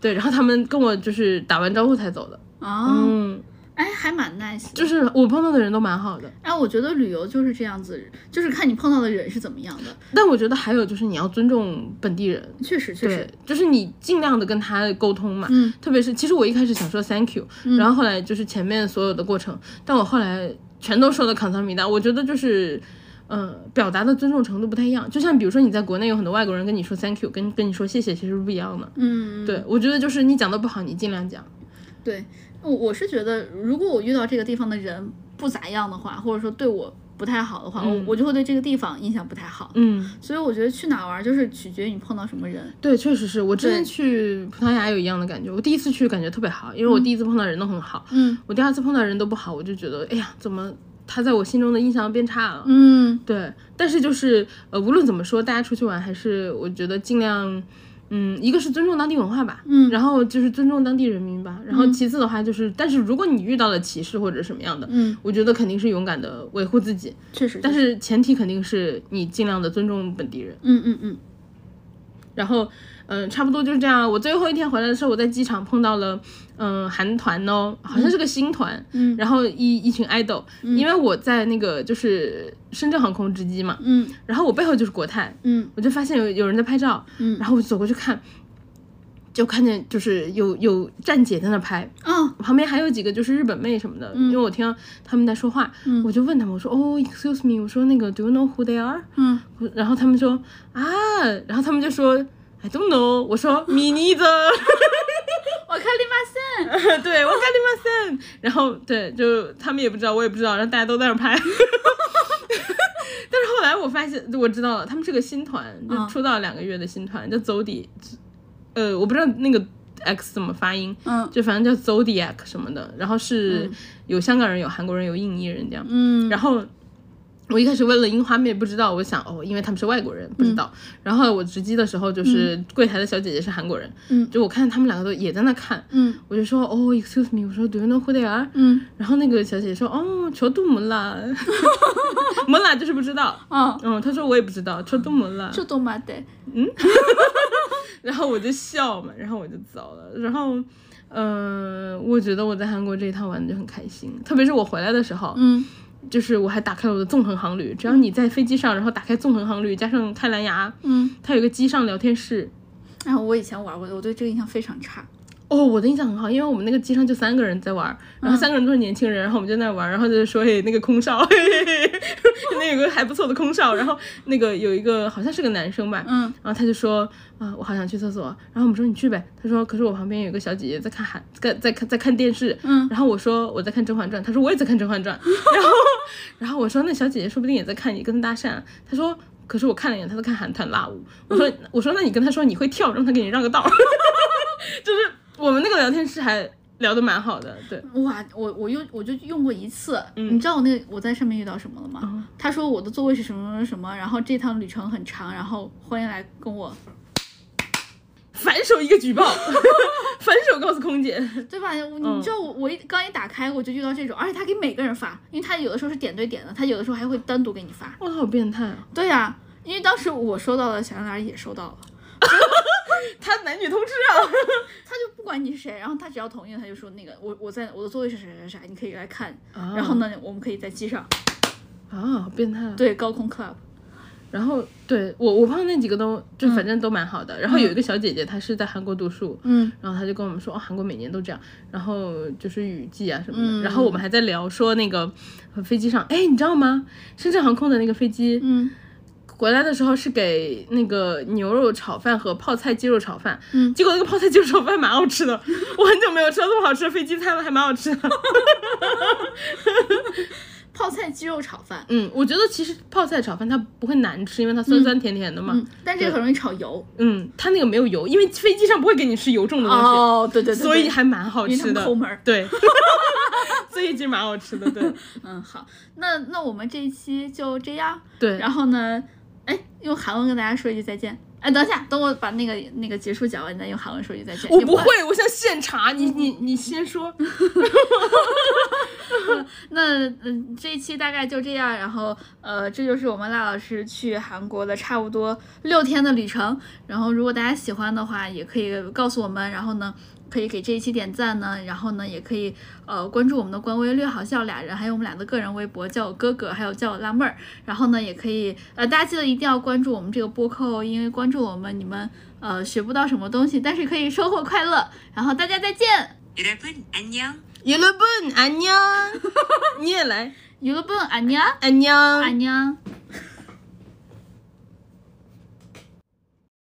对，然后他们跟我就是打完招呼才走的，
哦，
嗯，
哎，还蛮 nice 的。
就是我碰到的人都蛮好的，
哎，我觉得旅游就是这样子，就是看你碰到的人是怎么样的。
但我觉得还有就是你要尊重本地人，
确实，确
对
实，，
就是你尽量的跟他沟通嘛，
嗯
特别是其实我一开始想说 thank you，、然后后来就是前面所有的过程，但我后来全都说的康萨米达，我觉得就是。嗯，表达的尊重程度不太一样，就像比如说你在国内有很多外国人跟你说 thank you，跟跟你说谢谢，其实是不一样的。
嗯，
对，我觉得就是你讲的不好，你尽量讲。
对，我我是觉得，如果我遇到这个地方的人不咋样的话，或者说对我不太好的话，我我就会对这个地方印象不太好。
嗯，
所以我觉得去哪儿玩儿就是取决于你碰到什么人。
对，确实是我之前
对
去葡萄牙有一样的感觉。我第一次去感觉特别好，因为我第一次碰到人都很好，
嗯
我第二次碰到人都不好，我就觉得哎呀，怎么他在我心中的印象变差了？
嗯
对，但是就是呃，无论怎么说，大家出去玩还是我觉得尽量，嗯，一个是尊重当地文化吧，
嗯
然后就是尊重当地人民吧，然后其次的话就是，但是如果你遇到了歧视或者什么样的，
嗯，
我觉得肯定是勇敢的维护自己，
确实。
但
确实
是前提肯定是你尽量的尊重本地人。
嗯嗯嗯
然后，嗯、差不多就是这样。我最后一天回来的时候，我在机场碰到了，嗯、韩团哦，好像是个新团，
嗯
然后一一群 idol，、因为我在那个就是深圳航空值机嘛，
嗯
然后我背后就是国泰，
嗯
我就发现有有人在拍照，
嗯
然后我就走过去看，就看见就是有有站姐在那拍，
哦
旁边还有几个就是日本妹什么的，因为我听到他们在说话，我就问他们，我说哦，excuse me，我说那个 do you know who they are？
嗯
然后他们说啊，然后他们就说 I don't know，我说 me neither，
我看立马森，
对我干你妈然后对，就他们也不知道，我也不知道，然后大家都在那儿拍。但 是后来我发现，我知道了，他们是个新团，就
嗯
出道两个月的新团，叫 Zodi，呃，我不知道那个 X 怎么发音，
嗯
就反正叫 Zodiac 什么的，然后是有香港人、有韩国人、有印尼人这样，
嗯
然后我一开始为了樱花妹不知道，我想哦，因为他们是外国人，不知道。然后我值机的时候，就是柜台的小姐姐是韩国人，
嗯
就我看他们两个都也在那看，
嗯
我就说哦，excuse me，我说 do you know who they are？
嗯
然后那个小姐姐说哦，求杜姆啦， 姆啦就是不知道。
哦，
嗯，她说我也不知道，求杜姆啦。
这多么的，
然后我就笑嘛，然后我就走了。然后，嗯、我觉得我在韩国这一趟玩的就很开心，特别是我回来的时候，
嗯
就是我还打开了我的纵横航旅，只要你在飞机上，然后打开纵横航旅，加上开蓝牙，
嗯，
它有一个机上聊天室。
哎，我以前玩过的，我对这个印象非常差。
哦，我的印象很好，因为我们那个机上就三个人在玩，然后三个人都是年轻人，然后我们就在那玩，然后就说哎嘿那个空少，嘿嘿嘿， 那有个还不错的空少，然后那个有一个好像是个男生吧，
嗯
然后他就说啊、我好想去厕所，然后我们说你去呗，他说可是我旁边有一个小姐姐在看韩在在看在看电视，
嗯
然后我说我在看《甄嬛传》，他 说我也在看《甄嬛传》，然后然后我说那小姐姐说不定也在看，你跟她搭讪啊，他说。可是我看了一眼，她在看韩团辣舞。我说，我说，那你跟她说你会跳，让她给你让个道。 就是我们那个聊天室还聊得蛮好的，对，
哇，我我用我就用过一次，你知道我那个我在上面遇到什么了吗？他说我的座位是什么什么什么，然后这趟旅程很长，然后欢迎来跟我，
反手一个举报， 反手告诉空姐，
对吧？我你知道我我一刚一打开我就遇到这种，而且他给每个人发，因为他有的时候是点对点的，他有的时候还会单独给你发。
哇，好变态啊！
对呀、因为当时我收到了，小杨兰也收到了，
他男女通吃啊！
他就不管你是谁，然后他只要同意了，他就说那个我我在我的座位是谁谁谁，你可以来看。然后呢，我们可以在机上
啊，好变态啊！
对高空 club，
然后对我我碰到那几个都就反正都蛮好的。然后有一个小姐姐，她是在韩国读书，
嗯
然后她就跟我们说，哦，韩国每年都这样，然后就是雨季啊什么的。
嗯
然后我们还在聊说那个呃飞机上，哎，你知道吗？深圳航空的那个飞机，
嗯
回来的时候是给那个牛肉炒饭和泡菜鸡肉炒饭，
嗯
结果那个泡菜鸡肉炒饭蛮好吃的，
嗯
我很久没有吃到这么好吃的飞机餐了，还蛮好吃
泡
的。
泡菜鸡肉炒饭，
嗯，我觉得其实泡菜炒饭它不会难吃，因为它酸酸甜甜的嘛。
嗯，但这个
对
很容易炒油。
嗯，它那个没有油，因为飞机上不会给你吃油重的东西，
哦，对 对对，
所以
对
还蛮好
因为他
吃
们
的。
抠门儿
对， 所以其实蛮好吃的。对
嗯好，那那我们这一期就这样。
对，
然后呢，哎，用韩文跟大家说一句再见。哎，等一下，等我把那个那个结束讲完，你再用韩文说一句再见。
我
你
不。会，我想现查。你你你先说。
那嗯，这一期大概就这样。然后呃，这就是我们赖老师去韩国的差不多六天的旅程。然后如果大家喜欢的话，也可以告诉我们。然后呢？可以给这一期点赞呢，然后呢，也可以呃关注我们的官微“略好笑俩人”，还有我们俩的个人微博，叫我哥哥，还有叫我辣妹儿。然后呢，也可以呃，大家记得一定要关注我们这个播客哦，因为关注我们，你们呃学不到什么东西，但是可以收获快乐。然后大家再见，
여러분 안녕.
여러분 안녕. 니엘라이.
여러분안녕
안녕.
안녕